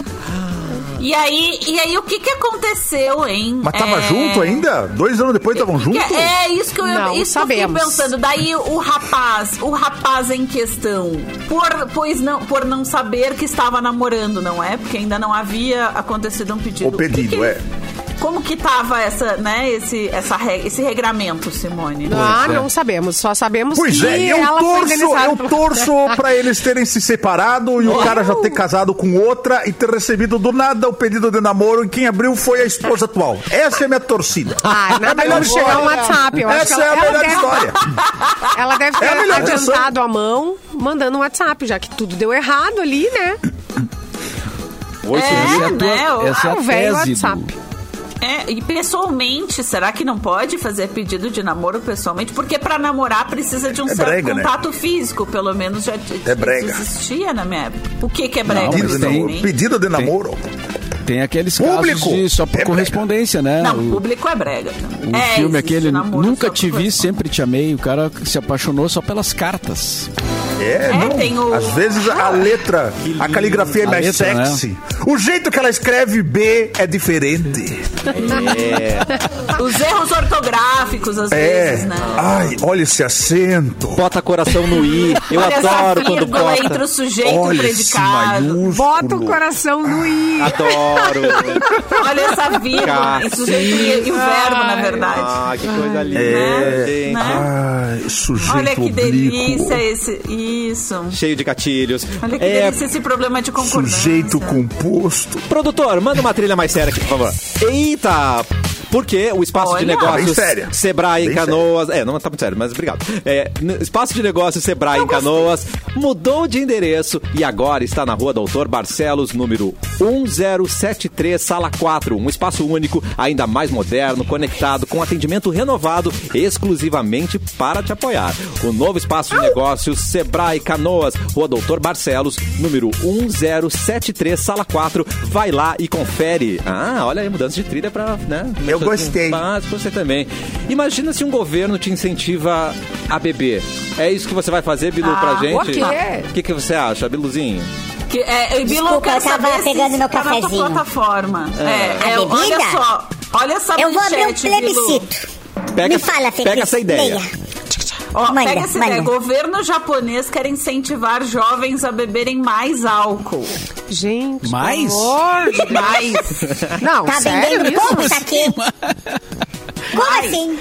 Speaker 5: E aí, e aí o que que aconteceu, hein?
Speaker 7: Mas tava
Speaker 5: É,
Speaker 7: junto ainda? Dois anos depois estavam juntos?
Speaker 5: que- É isso que eu,
Speaker 4: Não
Speaker 5: isso que eu fiquei
Speaker 4: sabemos.
Speaker 5: pensando. Daí o rapaz, o rapaz em questão, por, pois não, por não saber que estava namorando, não é? Porque ainda não havia acontecido um pedido.
Speaker 7: O pedido,
Speaker 5: que que-
Speaker 7: é.
Speaker 5: Como que tava essa, né, esse, essa, re- esse regramento, Simone?
Speaker 4: ah,
Speaker 7: é.
Speaker 4: não sabemos. Só sabemos
Speaker 7: Pois
Speaker 4: que
Speaker 7: é, eu
Speaker 4: ela foi
Speaker 7: torço,
Speaker 4: indenizada.
Speaker 7: eu
Speaker 4: pelo-
Speaker 7: torço pra eles terem se separado e o cara já ter casado com outra e ter recebido do nada o pedido de namoro e quem abriu foi a esposa atual. Essa é a minha torcida.
Speaker 4: Ah, nada melhor chegar um WhatsApp. Eu acho
Speaker 7: Essa
Speaker 4: que
Speaker 7: é
Speaker 4: ela,
Speaker 7: a
Speaker 4: ela
Speaker 7: melhor
Speaker 4: deve,
Speaker 7: história.
Speaker 4: Ela deve ter
Speaker 7: É a melhor
Speaker 4: adiantado a mão mandando um WhatsApp, já que tudo deu errado ali, né?
Speaker 6: Essa é a tua-
Speaker 5: né? O-
Speaker 6: essa é
Speaker 4: ah,
Speaker 6: a
Speaker 4: o
Speaker 6: tese
Speaker 4: velho
Speaker 6: do-
Speaker 4: WhatsApp.
Speaker 5: É, e pessoalmente, será que não pode fazer pedido de namoro pessoalmente? Porque pra namorar precisa de um
Speaker 7: É
Speaker 5: certo
Speaker 7: brega, né?
Speaker 5: contato físico, pelo menos já
Speaker 7: É brega.
Speaker 5: existia na minha época. O que, que é brega?
Speaker 6: mas
Speaker 7: Pedido de
Speaker 6: tem-
Speaker 7: namoro.
Speaker 5: pessoalmente?
Speaker 7: Pedido de namoro.
Speaker 6: Tem aqueles
Speaker 7: Público!
Speaker 6: casos de só por
Speaker 7: É
Speaker 6: correspondência, né?
Speaker 5: Não,
Speaker 6: O-
Speaker 5: público é brega.
Speaker 6: O
Speaker 5: é,
Speaker 6: filme
Speaker 5: existe
Speaker 6: aquele
Speaker 5: namoro
Speaker 6: Nunca
Speaker 5: só
Speaker 6: Te
Speaker 5: por
Speaker 6: Vi,
Speaker 5: correspondência.
Speaker 6: Sempre Te Amei, o cara se apaixonou só pelas cartas.
Speaker 7: É,
Speaker 5: É,
Speaker 7: não.
Speaker 5: tem o-
Speaker 7: Às vezes a letra, a caligrafia é
Speaker 6: A
Speaker 7: mais
Speaker 6: letra, né?
Speaker 7: sexy. O jeito que ela escreve B é diferente.
Speaker 5: Os erros ortográficos, às
Speaker 7: É.
Speaker 5: vezes, né?
Speaker 7: Ai, olha esse acento.
Speaker 1: Bota coração no i. Eu
Speaker 5: Olha essa
Speaker 1: adoro quando
Speaker 5: vírgula entre
Speaker 1: bota.
Speaker 5: o sujeito e o
Speaker 7: Olha esse
Speaker 5: predicado.
Speaker 7: maiúsculo.
Speaker 5: um
Speaker 4: Bota o coração no i.
Speaker 1: Ah. Adoro.
Speaker 5: Olha essa vírgula. E sujeito e, e o verbo, na verdade.
Speaker 1: Ah, que coisa linda,
Speaker 5: É.
Speaker 1: gente.
Speaker 5: Né?
Speaker 7: Ai, Ah, é sujeito
Speaker 5: Olha que
Speaker 7: oblíquo.
Speaker 5: delícia esse. Isso.
Speaker 1: Cheio de gatilhos.
Speaker 5: Olha que
Speaker 1: É,
Speaker 5: delícia esse problema de concordância.
Speaker 7: Sujeito composto.
Speaker 1: Produtor, manda uma trilha mais séria aqui, por favor. Eita! Porque o espaço de
Speaker 5: Olha.
Speaker 1: negócios
Speaker 7: Bem séria.
Speaker 1: Sebrae em
Speaker 7: é Bem
Speaker 1: Canoas. É, não tá muito sério, mas obrigado. É, n- espaço de negócios Sebrae em Canoas mudou de endereço e agora está na rua Doutor Barcelos, número 1073, sala 4. Um espaço único, ainda mais moderno, conectado, com atendimento renovado exclusivamente para te apoiar. O novo espaço de negócios Sebrae Canoas, rua Doutor Barcelos, número 1073, sala 4. Vai lá e confere. Ah, olha aí, mudança de trilha para, né?
Speaker 7: Eu gostei.
Speaker 1: Mas você também. Imagina se um governo te incentiva a beber. É isso que você vai fazer, Bilu, pra gente?
Speaker 4: o quê?
Speaker 1: O que, que você acha, Biluzinho?
Speaker 5: Que, é, e Bilu,
Speaker 2: Desculpa,
Speaker 5: quero
Speaker 2: eu tava
Speaker 5: saber se
Speaker 2: pegando
Speaker 5: isso
Speaker 2: meu
Speaker 5: tá na tua
Speaker 2: cafezinho.
Speaker 5: plataforma. É,
Speaker 2: A
Speaker 5: é, olha
Speaker 2: bebida?
Speaker 5: só. Olha essa
Speaker 2: Eu vou abrir um
Speaker 5: manchete, Bilu.
Speaker 2: plebiscito. Me fala, Fê
Speaker 1: Pega
Speaker 2: Cris,
Speaker 1: essa ideia.
Speaker 2: leia.
Speaker 5: Ó,
Speaker 2: Manda,
Speaker 5: pega essa
Speaker 2: manda.
Speaker 5: ideia. Governo japonês quer incentivar jovens a beberem mais álcool.
Speaker 4: Gente,
Speaker 6: Mais?
Speaker 4: pelo amor de Deus.
Speaker 5: Mais.
Speaker 4: Não,
Speaker 2: Tá
Speaker 4: sério
Speaker 2: vendendo
Speaker 4: isso?
Speaker 1: assim?
Speaker 2: pouco, saquê? Como assim?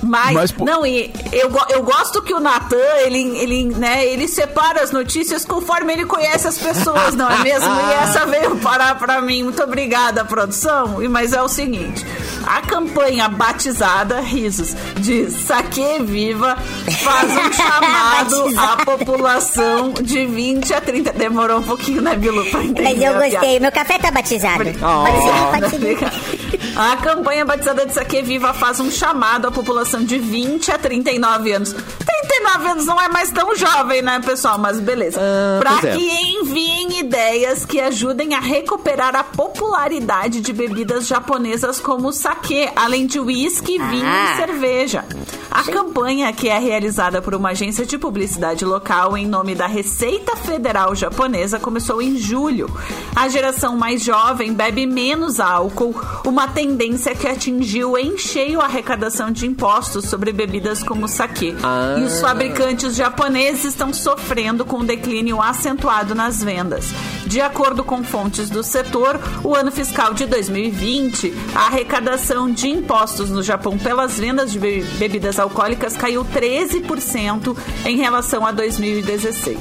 Speaker 5: Mas,
Speaker 6: Mas, pô-
Speaker 5: não, e eu, go- eu gosto que o Natan, ele, ele, né, ele separa as notícias conforme ele conhece as pessoas, não é mesmo? E essa veio parar pra mim. Muito obrigada, produção. E, mas é o seguinte, a campanha batizada, risos, de Saque Viva faz um chamado à população de 20 a 30... Demorou um pouquinho, né, Bilu, pra entender
Speaker 2: Mas eu
Speaker 5: a piada.
Speaker 2: gostei. Meu café tá batizado. Pode
Speaker 1: Ah.
Speaker 2: seguir, pode seguir.
Speaker 5: A campanha batizada de Saque Viva faz um chamado à população de 20 a 39 anos. 39 anos não é mais tão jovem, né, pessoal? Mas beleza.
Speaker 1: Ah,
Speaker 5: pra
Speaker 1: pois é.
Speaker 5: que enviem ideias que ajudem a recuperar a popularidade de bebidas japonesas como o saquê, além de uísque, vinho
Speaker 2: Ah.
Speaker 5: e cerveja. A campanha, que é realizada por uma agência de publicidade local em nome da Receita Federal Japonesa, começou em julho. A geração mais jovem bebe menos álcool, uma tendência que atingiu em cheio a arrecadação de impostos sobre bebidas como o saquê. E os fabricantes japoneses estão sofrendo com o declínio acentuado nas vendas. De acordo com fontes do setor, o ano fiscal de 2020, a arrecadação de impostos no Japão pelas vendas de be- bebidas alcoólicas caiu 13% em relação a 2016.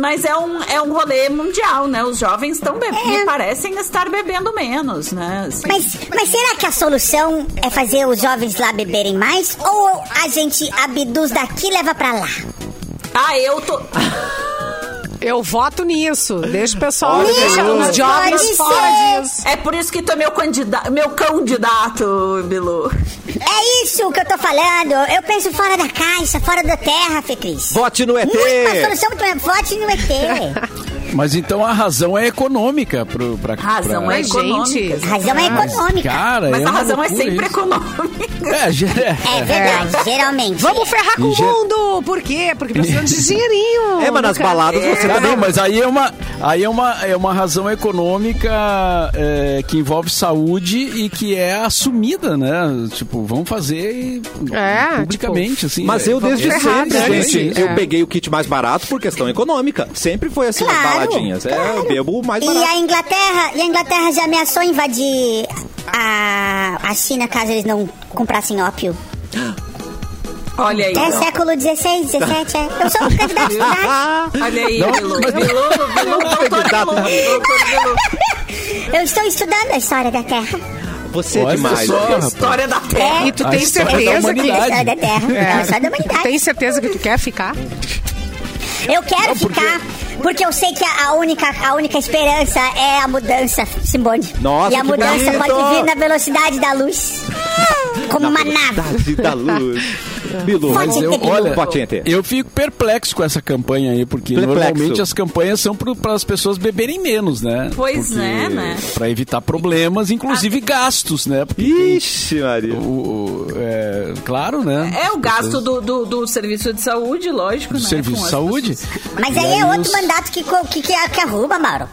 Speaker 5: Mas é um, é um rolê mundial, né? Os jovens estão bebendo,
Speaker 2: É.
Speaker 5: parecem estar bebendo menos, né? Assim.
Speaker 2: Mas, mas será que a solução é fazer os jovens lá beberem mais? Ou a gente abduz daqui e leva pra lá?
Speaker 5: Ah, eu tô.
Speaker 4: Eu voto nisso. Deixa o pessoal,
Speaker 1: Olha,
Speaker 4: deixa
Speaker 1: Bilu.
Speaker 4: os jovens
Speaker 2: Pode
Speaker 4: fora
Speaker 2: ser.
Speaker 4: disso.
Speaker 5: É por isso que tu é meu candidato, meu candidato, Bilu.
Speaker 2: É isso que eu tô falando. Eu penso fora da caixa, fora da terra, Fê Cris.
Speaker 1: Vote no ET!
Speaker 2: Muito mais solução, muito mais vote no ET.
Speaker 6: Mas então a razão é econômica. Pro, pra,
Speaker 5: Razão
Speaker 6: pra...
Speaker 5: é
Speaker 4: Mas,
Speaker 5: econômica.
Speaker 4: gente,
Speaker 2: A razão é econômica.
Speaker 6: Cara,
Speaker 5: Mas
Speaker 6: é
Speaker 5: a
Speaker 6: uma
Speaker 5: razão é
Speaker 6: loucura
Speaker 5: sempre
Speaker 6: isso.
Speaker 5: econômica.
Speaker 6: É, ge-
Speaker 2: É
Speaker 6: é.
Speaker 2: verdade, geralmente.
Speaker 4: Vamos ferrar com
Speaker 6: Em
Speaker 4: o
Speaker 6: ge-
Speaker 4: mundo! Por quê? Porque precisamos de dinheirinho.
Speaker 1: É, mas nas
Speaker 4: Nunca-
Speaker 1: baladas você
Speaker 6: Tá,
Speaker 1: também.
Speaker 6: não, mas aí é uma, aí é uma, é uma razão econômica é, que envolve saúde e que é assumida, né? Tipo, vamos fazer e-
Speaker 4: É,
Speaker 6: publicamente,
Speaker 4: tipo,
Speaker 6: assim.
Speaker 1: Mas
Speaker 6: é,
Speaker 1: eu
Speaker 6: vamos
Speaker 1: desde
Speaker 6: fazer
Speaker 4: ferrar,
Speaker 1: sempre,
Speaker 6: isso,
Speaker 4: né,
Speaker 1: gente,
Speaker 4: gente?
Speaker 1: eu
Speaker 4: É.
Speaker 1: peguei o kit mais barato por questão econômica. Sempre foi assim, nas
Speaker 2: Claro,
Speaker 1: baladinhas. É, eu
Speaker 2: claro.
Speaker 1: bebo o mais
Speaker 2: E
Speaker 1: barato.
Speaker 2: a Inglaterra, e a Inglaterra já ameaçou invadir a, a China caso eles não comprassem ópio.
Speaker 5: Olha aí.
Speaker 2: É
Speaker 5: ó.
Speaker 2: século 16, 17, é. Eu sou um candidato de verdade.
Speaker 5: Olha aí,
Speaker 6: Não,
Speaker 5: Bilu.
Speaker 6: mas-
Speaker 5: Bilu, Bilu, doutor
Speaker 1: Candidato.
Speaker 5: Bilu,
Speaker 2: né?
Speaker 5: doutor Bilu.
Speaker 2: Eu estou estudando a história da Terra. É.
Speaker 1: Você é
Speaker 6: Olha
Speaker 1: demais.
Speaker 6: só,
Speaker 1: né?
Speaker 6: rapaz.
Speaker 5: História da Terra.
Speaker 4: É, E tu
Speaker 6: A
Speaker 4: tem
Speaker 6: história da
Speaker 4: certeza
Speaker 2: A
Speaker 4: que.
Speaker 6: humanidade.
Speaker 2: história da Terra. É. a história da humanidade.
Speaker 4: Tu tem certeza que tu quer ficar?
Speaker 2: Eu quero ficar, porque eu sei que a a única, a única esperança é a mudança, Simone.
Speaker 1: Nossa,
Speaker 2: E a
Speaker 1: que
Speaker 2: mudança
Speaker 1: bonito!
Speaker 2: pode vir na velocidade da luz. Como uma nave.
Speaker 1: velocidade da luz. Bilu,
Speaker 2: Mas eu- olha,
Speaker 1: Potente.
Speaker 6: Eu fico perplexo com essa campanha aí, porque
Speaker 1: Perplexo.
Speaker 6: normalmente as campanhas são para as pessoas beberem menos, né?
Speaker 5: Pois é, né? Ah.
Speaker 6: Para evitar problemas, inclusive gastos, né? Porque tem
Speaker 1: Ixi, Maria.
Speaker 6: o- o- é, claro, né?
Speaker 5: É o
Speaker 6: As
Speaker 5: gasto
Speaker 6: pessoas-
Speaker 5: do, do, do serviço de saúde, lógico,
Speaker 6: do
Speaker 5: né?
Speaker 6: serviço
Speaker 5: com
Speaker 6: de
Speaker 5: as
Speaker 6: saúde.
Speaker 5: pessoas.
Speaker 2: Mas
Speaker 6: E
Speaker 2: aí é outro
Speaker 6: os-
Speaker 2: mandato que, co- que, que, que arruba, Mauro.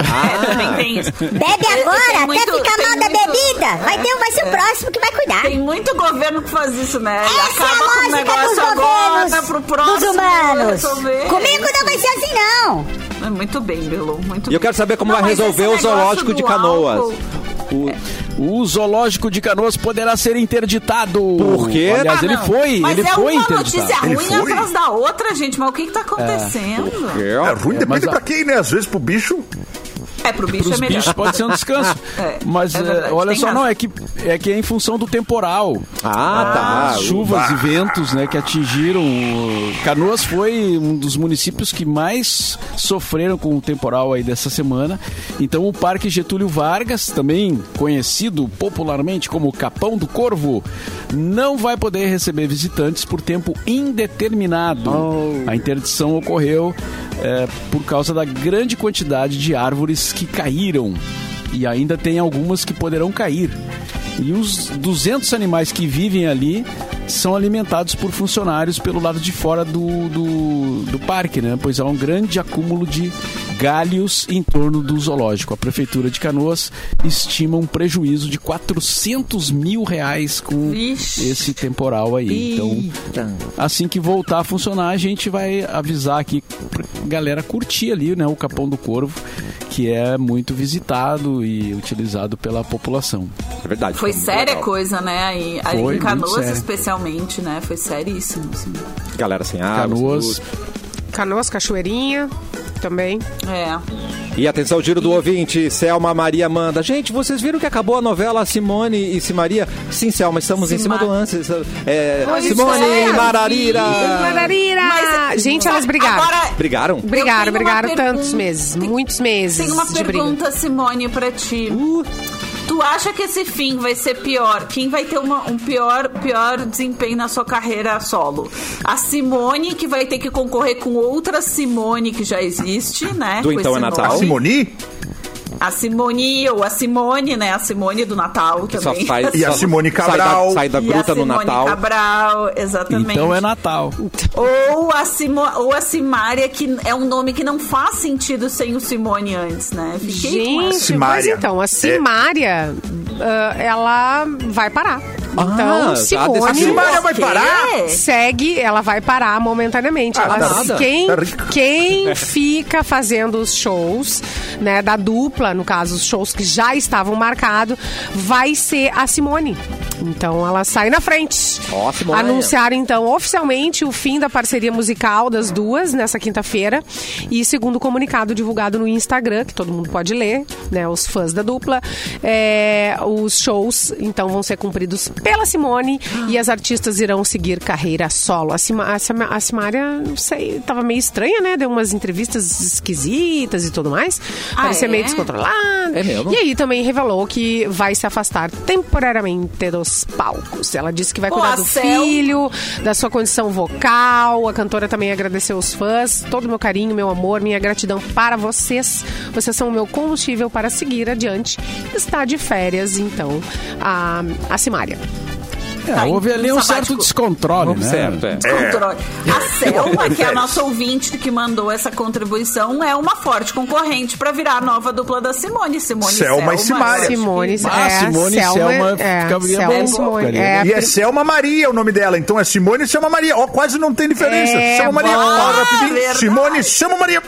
Speaker 5: É, também tem isso.
Speaker 2: Bebe
Speaker 5: Tem-
Speaker 2: agora,
Speaker 5: tem
Speaker 2: até
Speaker 5: muito-
Speaker 2: ficar
Speaker 5: tem
Speaker 2: mal
Speaker 5: muito-
Speaker 2: da
Speaker 5: É.
Speaker 2: bebida. Vai, ter, um, vai ser o próximo que vai cuidar.
Speaker 5: Tem muito governo que faz isso, né? Ele
Speaker 2: Essa é
Speaker 5: acaba com
Speaker 2: a
Speaker 5: o
Speaker 2: lógica dos
Speaker 5: negócio agora tá pro
Speaker 2: governos
Speaker 5: próximo.
Speaker 2: dos humanos.
Speaker 5: resolver.
Speaker 2: Comigo não vai ser assim, não.
Speaker 5: É Muito bem, Belo. Muito
Speaker 1: E eu quero saber como vai resolver o zoológico de Canoas. é
Speaker 6: O zoológico de Canoas poderá ser interditado.
Speaker 1: Por quê?
Speaker 6: Aliás, ele foi,
Speaker 5: Mas
Speaker 6: ele
Speaker 5: é
Speaker 6: foi
Speaker 5: uma
Speaker 6: interditado.
Speaker 5: notícia
Speaker 7: Ele
Speaker 5: ruim
Speaker 7: foi?
Speaker 5: atrás da outra, gente. Mas o que que tá acontecendo?
Speaker 7: É ruim,
Speaker 6: É,
Speaker 7: depende
Speaker 6: mas a-
Speaker 7: pra quem, né? Às vezes pro bicho.
Speaker 5: É, pro bicho
Speaker 6: Para
Speaker 5: é
Speaker 6: os
Speaker 5: melhor.
Speaker 6: bichos pode ser um descanso.
Speaker 5: É,
Speaker 6: Mas
Speaker 5: é
Speaker 6: eh,
Speaker 5: verdade,
Speaker 6: olha
Speaker 5: tem
Speaker 6: só,
Speaker 5: razão.
Speaker 6: não, é que, é que é em função do temporal.
Speaker 1: Ah, tá.
Speaker 6: As chuvas e ventos né, que atingiram. o- Canoas foi um dos municípios que mais sofreram com o temporal aí dessa semana. Então o Parque Getúlio Vargas, também conhecido popularmente como Capão do Corvo, não vai poder receber visitantes por tempo indeterminado.
Speaker 1: Oh.
Speaker 6: A interdição ocorreu eh, por causa da grande quantidade de árvores que caíram. E ainda tem algumas que poderão cair. E os 200 animais que vivem ali são alimentados por funcionários pelo lado de fora do, do, do parque, né? Pois há um grande acúmulo de galhos em torno do zoológico. A prefeitura de Canoas estima um prejuízo de 400 mil reais com
Speaker 5: Vixe.
Speaker 6: esse temporal aí. Então, assim que voltar a funcionar, a gente vai avisar aqui pra galera curtir ali, né? O Capão do Corvo, que é muito visitado e utilizado pela população.
Speaker 1: É verdade.
Speaker 5: Foi
Speaker 1: muito
Speaker 5: séria
Speaker 1: legal.
Speaker 5: coisa, né? Aí, aí
Speaker 6: Foi,
Speaker 5: em Canoas,
Speaker 6: muito séria.
Speaker 5: especialmente, né? Foi seríssimo. Assim.
Speaker 1: Galera sem água.
Speaker 6: Canoas.
Speaker 1: tudo.
Speaker 4: Canoas, Cachoeirinha também.
Speaker 5: É.
Speaker 1: E atenção, giro do ouvinte. Selma Maria manda. Gente, vocês viram que acabou a novela Simone e Simaria? Sim, Selma, estamos em
Speaker 5: Sima-
Speaker 1: cima do lance. É,
Speaker 5: Pois
Speaker 1: Simone
Speaker 5: é.
Speaker 1: e Mararira.
Speaker 4: Mararira!
Speaker 5: Mas- é,
Speaker 4: Gente, elas brigaram.
Speaker 5: Agora,
Speaker 1: Brigaram?
Speaker 4: Brigaram,
Speaker 5: Eu tenho uma
Speaker 4: brigaram tantos
Speaker 5: pergunta.
Speaker 4: meses, muitos meses
Speaker 5: Tem uma
Speaker 4: de briga.
Speaker 5: pergunta, Simone, pra ti.
Speaker 1: Uh.
Speaker 5: Tu acha que esse fim vai ser pior? Quem vai ter uma- um pior, pior desempenho na sua carreira solo? A Simone, que vai ter que concorrer com outra Simone que já existe, né?
Speaker 1: Do
Speaker 5: Com
Speaker 1: Então
Speaker 5: esse
Speaker 1: é
Speaker 5: nome.
Speaker 1: Natal?
Speaker 7: Simoni
Speaker 5: A Simone ou a Simone, né? A Simone do Natal
Speaker 1: Que só
Speaker 5: também.
Speaker 1: faz,
Speaker 7: E a
Speaker 1: só
Speaker 7: Simone
Speaker 1: sai da-
Speaker 7: Cabral.
Speaker 1: Sai da,
Speaker 5: E a
Speaker 1: gruta no
Speaker 5: Simone
Speaker 1: Natal.
Speaker 5: Cabral, exatamente.
Speaker 6: Então é Natal.
Speaker 5: Ou a, Simo, ou a Simária, que é um nome que não faz sentido sem o Simone antes, né? Fiquei com essa.
Speaker 4: Gente, mas
Speaker 7: Simária. É.
Speaker 4: então, a Simária, ah, ela vai parar. Então,
Speaker 1: já
Speaker 4: Simone...
Speaker 1: decidiu. A
Speaker 7: Ah, tá. Simária vai parar?
Speaker 4: Segue, ela vai parar momentaneamente.
Speaker 7: Ah,
Speaker 4: Ela-
Speaker 7: tá nada.
Speaker 4: quem,
Speaker 7: Tá rica.
Speaker 4: quem fica fazendo os shows, né, da dupla, no caso, os shows que já estavam marcados, vai ser a Simone. Então ela sai na frente.
Speaker 1: Ó, a Simone.
Speaker 4: Anunciaram então oficialmente o fim da parceria musical das duas nessa quinta-feira. E segundo o comunicado divulgado no Instagram, que todo mundo pode ler, né, os fãs da dupla, é, os shows então vão ser cumpridos pela Simone e as artistas irão seguir carreira solo. A, Sima, a, Sima- a Simária, não sei, tava meio estranha, né? Deu umas entrevistas esquisitas e tudo mais.
Speaker 5: Ah,
Speaker 4: Parecia
Speaker 5: é?
Speaker 4: meio descontrolada.
Speaker 1: É mesmo?
Speaker 4: E aí também revelou que vai se afastar temporariamente dos palcos. Ela disse que vai
Speaker 5: Pô,
Speaker 4: cuidar
Speaker 5: a
Speaker 4: do
Speaker 5: Cel-
Speaker 4: filho, da sua condição vocal. A cantora também agradeceu os fãs, todo o meu carinho, meu amor, minha gratidão para vocês. Vocês são o meu combustível para seguir adiante. Está de férias, então, a, a Simária.
Speaker 6: É,
Speaker 5: Tá,
Speaker 6: houve ali um
Speaker 5: sabático.
Speaker 6: certo descontrole, né?
Speaker 1: Certo, é.
Speaker 5: Controle. A Selma, que é a nossa ouvinte que mandou essa contribuição, é uma forte concorrente pra virar a nova dupla da Simone. Simone
Speaker 7: Selma e Simária.
Speaker 4: Simone,
Speaker 6: Ah,
Speaker 4: é,
Speaker 6: Simone e Selma
Speaker 4: é,
Speaker 6: ficaria
Speaker 4: Selma
Speaker 5: bom.
Speaker 4: e Simone.
Speaker 6: Ficaria
Speaker 4: É,
Speaker 7: E é Selma Maria o nome dela. Então é Simone e Selma Maria. Ó, quase não tem diferença.
Speaker 4: É,
Speaker 7: Selma Maria.
Speaker 4: bom.
Speaker 7: Fala rapidinho.
Speaker 5: É Verdade.
Speaker 7: Simone, Selma Maria.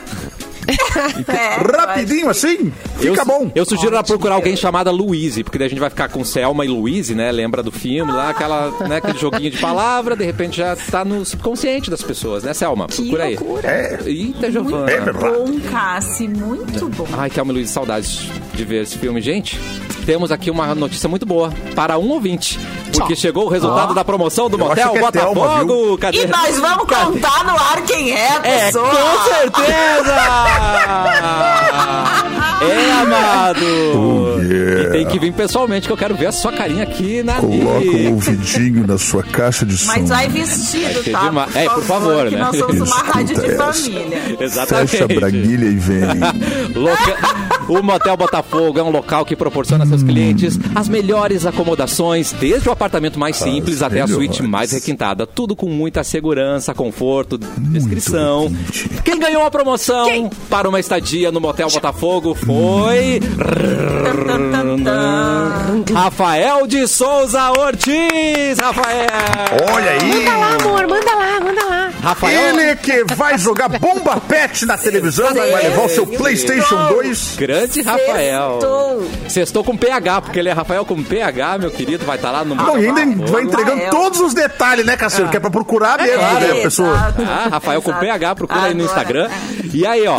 Speaker 5: É,
Speaker 7: Rapidinho assim. Fica
Speaker 1: eu,
Speaker 7: bom.
Speaker 1: Eu sugiro ela procurar alguém chamada Luíse, porque daí a gente vai ficar com Selma e Luíse, né? Lembra do filme lá, aquela, né, aquele joguinho de palavra, de repente já tá no subconsciente das pessoas, né, Selma? Procura aí.
Speaker 7: É.
Speaker 1: Eita, Giovana.
Speaker 7: É
Speaker 5: Muito
Speaker 7: verdade.
Speaker 5: bom, um Cassi, muito bom.
Speaker 1: Ai, Thelma e Luiz, saudades de ver esse filme. Gente, temos aqui uma notícia muito boa para um ouvinte. Porque chegou o resultado da promoção do
Speaker 7: Eu acho
Speaker 1: Motel
Speaker 7: que é Thelma,
Speaker 1: Botafogo.
Speaker 7: viu?
Speaker 1: Cadê?
Speaker 5: E nós vamos contar no ar quem é a
Speaker 1: É,
Speaker 5: pessoa.
Speaker 1: com
Speaker 7: Oh,
Speaker 1: certeza! é, amado! E tem tem que vir pessoalmente, que eu quero ver a sua carinha aqui na
Speaker 7: Coloca o
Speaker 1: Nick.
Speaker 7: ouvidinho na sua caixa de som.
Speaker 5: Mas vai vestido,
Speaker 1: Vai ser
Speaker 5: tá?
Speaker 1: demais. É, por favor,
Speaker 5: que
Speaker 1: né?
Speaker 5: nós somos uma
Speaker 7: Escuta
Speaker 5: rádio de
Speaker 7: essa.
Speaker 5: família.
Speaker 1: Exatamente.
Speaker 7: Fecha a braguilha e vem.
Speaker 1: Loca- O Motel Botafogo é um local que proporciona a
Speaker 7: Hum.
Speaker 1: seus clientes as melhores acomodações, desde o apartamento mais simples até a
Speaker 7: melhores.
Speaker 1: suíte mais requintada. Tudo com muita segurança, conforto, descrição.
Speaker 7: requinte.
Speaker 1: Quem ganhou a promoção para uma estadia no Motel Botafogo foi. Rafael de Souza Ortiz! Rafael!
Speaker 7: Olha
Speaker 4: Manda lá,
Speaker 7: aí!
Speaker 4: amor, manda lá, manda lá.
Speaker 1: Rafael!
Speaker 7: Ele que vai jogar bomba pet na televisão, vai levar o seu PlayStation 2.
Speaker 1: Grande Rafael!
Speaker 5: Sextou.
Speaker 1: Sextou com PH, porque ele é Rafael com PH, meu querido, vai estar lá no
Speaker 7: Não, e ainda
Speaker 1: Botafogo.
Speaker 7: vai entregando
Speaker 5: Rafael.
Speaker 7: todos os detalhes, né, Cassiano? Que é pra procurar mesmo, né, a pessoa.
Speaker 5: Exato.
Speaker 1: Ah, Rafael com
Speaker 5: Exato.
Speaker 1: PH, procura aí no
Speaker 5: Agora.
Speaker 1: Instagram. E aí, ó,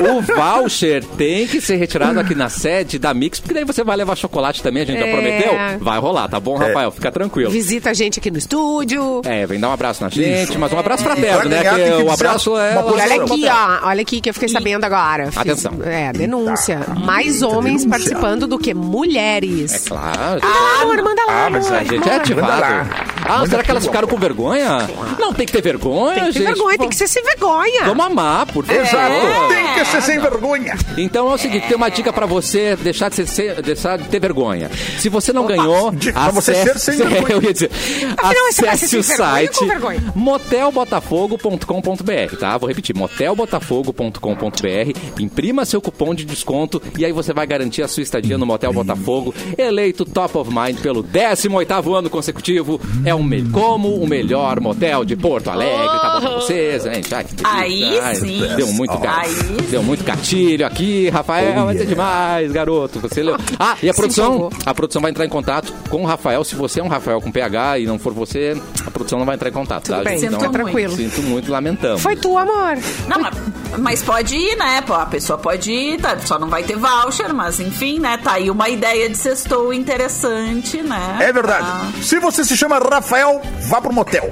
Speaker 1: o voucher tem que ser retirado aqui na sede da Mix, porque daí você vai levar chocolate também, a gente já
Speaker 4: É.
Speaker 1: prometeu. Vai rolar, tá
Speaker 7: É.
Speaker 1: bom, Rafael? Fica tranquilo.
Speaker 4: Visita a gente aqui no estúdio.
Speaker 1: É, vem dar um abraço na gente, mas um abraço fraterno,
Speaker 7: Pra
Speaker 1: né?
Speaker 7: ganhar
Speaker 1: Que
Speaker 7: tem que
Speaker 1: o
Speaker 7: ser
Speaker 1: abraço é.
Speaker 7: uma
Speaker 1: lá-
Speaker 4: E olha
Speaker 7: Não,
Speaker 4: aqui, ó, olha aqui que eu fiquei sabendo agora. Fiz-
Speaker 1: Atenção.
Speaker 4: É, denúncia. Mais homens participando do que
Speaker 1: É
Speaker 4: mulheres.
Speaker 1: claro.
Speaker 4: Ah, amor, manda lá,
Speaker 7: Ah, mas
Speaker 4: amor.
Speaker 1: A gente é
Speaker 7: Manda
Speaker 1: ativado.
Speaker 7: lá.
Speaker 1: Ah, será que elas ficaram com vergonha? Não, tem que ter vergonha,
Speaker 4: Tem que ter
Speaker 1: gente.
Speaker 4: vergonha, tem que ser sem vergonha.
Speaker 1: Vamos amar, por favor. É.
Speaker 7: Exato, tem que ser sem vergonha.
Speaker 1: Então é o seguinte, tem uma dica pra você deixar de, ser- ser- deixar de ter vergonha. Se você não ganhou,
Speaker 7: dica pra você ser sem vergonha. É
Speaker 1: eu ia dizer,
Speaker 4: Afinal, você vai ser
Speaker 1: acesse
Speaker 4: sem
Speaker 1: o
Speaker 4: vergonha
Speaker 1: site
Speaker 4: ou com vergonha?
Speaker 1: motelbotafogo.com.br, tá? Vou repetir, motelbotafogo.com.br. Imprima seu cupom de desconto e aí você vai garantir a sua estadia no Motel Botafogo, eleito Top of Mind pelo 18º ano consecutivo. É o me- como o melhor motel de Porto Alegre, tá bom pra vocês, né? Ai, que delícia.
Speaker 5: Oh. Aí
Speaker 1: Ai,
Speaker 5: sim.
Speaker 1: Deu muito cara.
Speaker 5: Aí sim.
Speaker 1: Deu muito gatilho aqui, Rafael. Mas é demais, garoto. Você leu. Ah, e a
Speaker 4: Se
Speaker 1: produção?
Speaker 4: empolgou.
Speaker 1: A produção vai entrar em contato com o Rafael. Se você é um Rafael com PH e não for você, a produção não vai entrar em contato, tá?
Speaker 4: bem,
Speaker 1: gente?
Speaker 5: sinto
Speaker 1: Então,
Speaker 5: muito.
Speaker 4: Tranquilo.
Speaker 1: Sinto muito, lamentamos.
Speaker 4: Foi tu, amor.
Speaker 5: Não, mas- mas pode ir, né? Pô, a pessoa pode ir, tá? só não vai ter voucher, mas enfim, né? Tá aí uma ideia de sextou interessante, né?
Speaker 7: É verdade.
Speaker 5: Tá.
Speaker 7: Se você se chama Rafael, vá pro motel.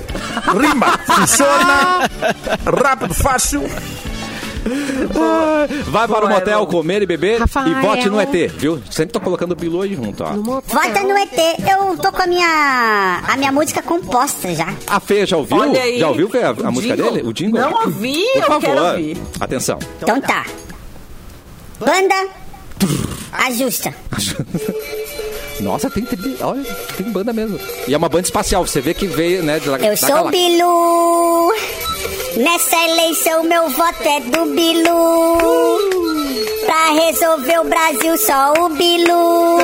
Speaker 7: Rima, funciona, rápido, fácil.
Speaker 1: Vai para o
Speaker 5: Boa,
Speaker 1: motel
Speaker 5: Elon.
Speaker 1: comer e beber e
Speaker 4: Rafael.
Speaker 1: vote no ET, viu? Sempre tô colocando o Bilu aí junto, ó.
Speaker 2: Vota no ET. Eu tô com a minha, a minha música composta já.
Speaker 1: A Fê já ouviu?
Speaker 5: Olha aí.
Speaker 1: Já ouviu Fê, a, a
Speaker 5: O
Speaker 1: música
Speaker 5: jingle?
Speaker 1: dele? O jingle?
Speaker 5: Não ouvi,
Speaker 1: Por
Speaker 5: eu
Speaker 1: favor.
Speaker 5: quero ouvir.
Speaker 1: Atenção.
Speaker 2: Então tá. Banda. Ajusta.
Speaker 1: Nossa, tem, tri- olha, tem banda mesmo. E é uma banda espacial, você vê que veio, né? De lá,
Speaker 2: Eu
Speaker 1: da
Speaker 2: sou o
Speaker 1: galáxia.
Speaker 2: Bilu. Nessa eleição meu voto é do Bilu. Pra resolver o Brasil só o Bilu.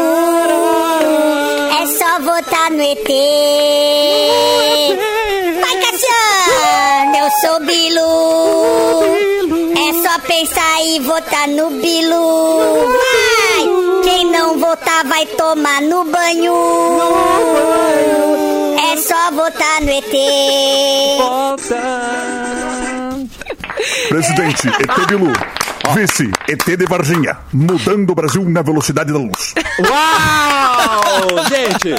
Speaker 2: É só votar no ET. Vai, Cassiano! Eu sou Bilu. É só pensar e votar no Bilu. Vai! Quem não votar vai tomar no banho. É só votar no ET.
Speaker 7: Presidente, ET Bilu. Vice, ET de Varginha. Mudando o Brasil na velocidade da luz.
Speaker 1: Uau! Gente,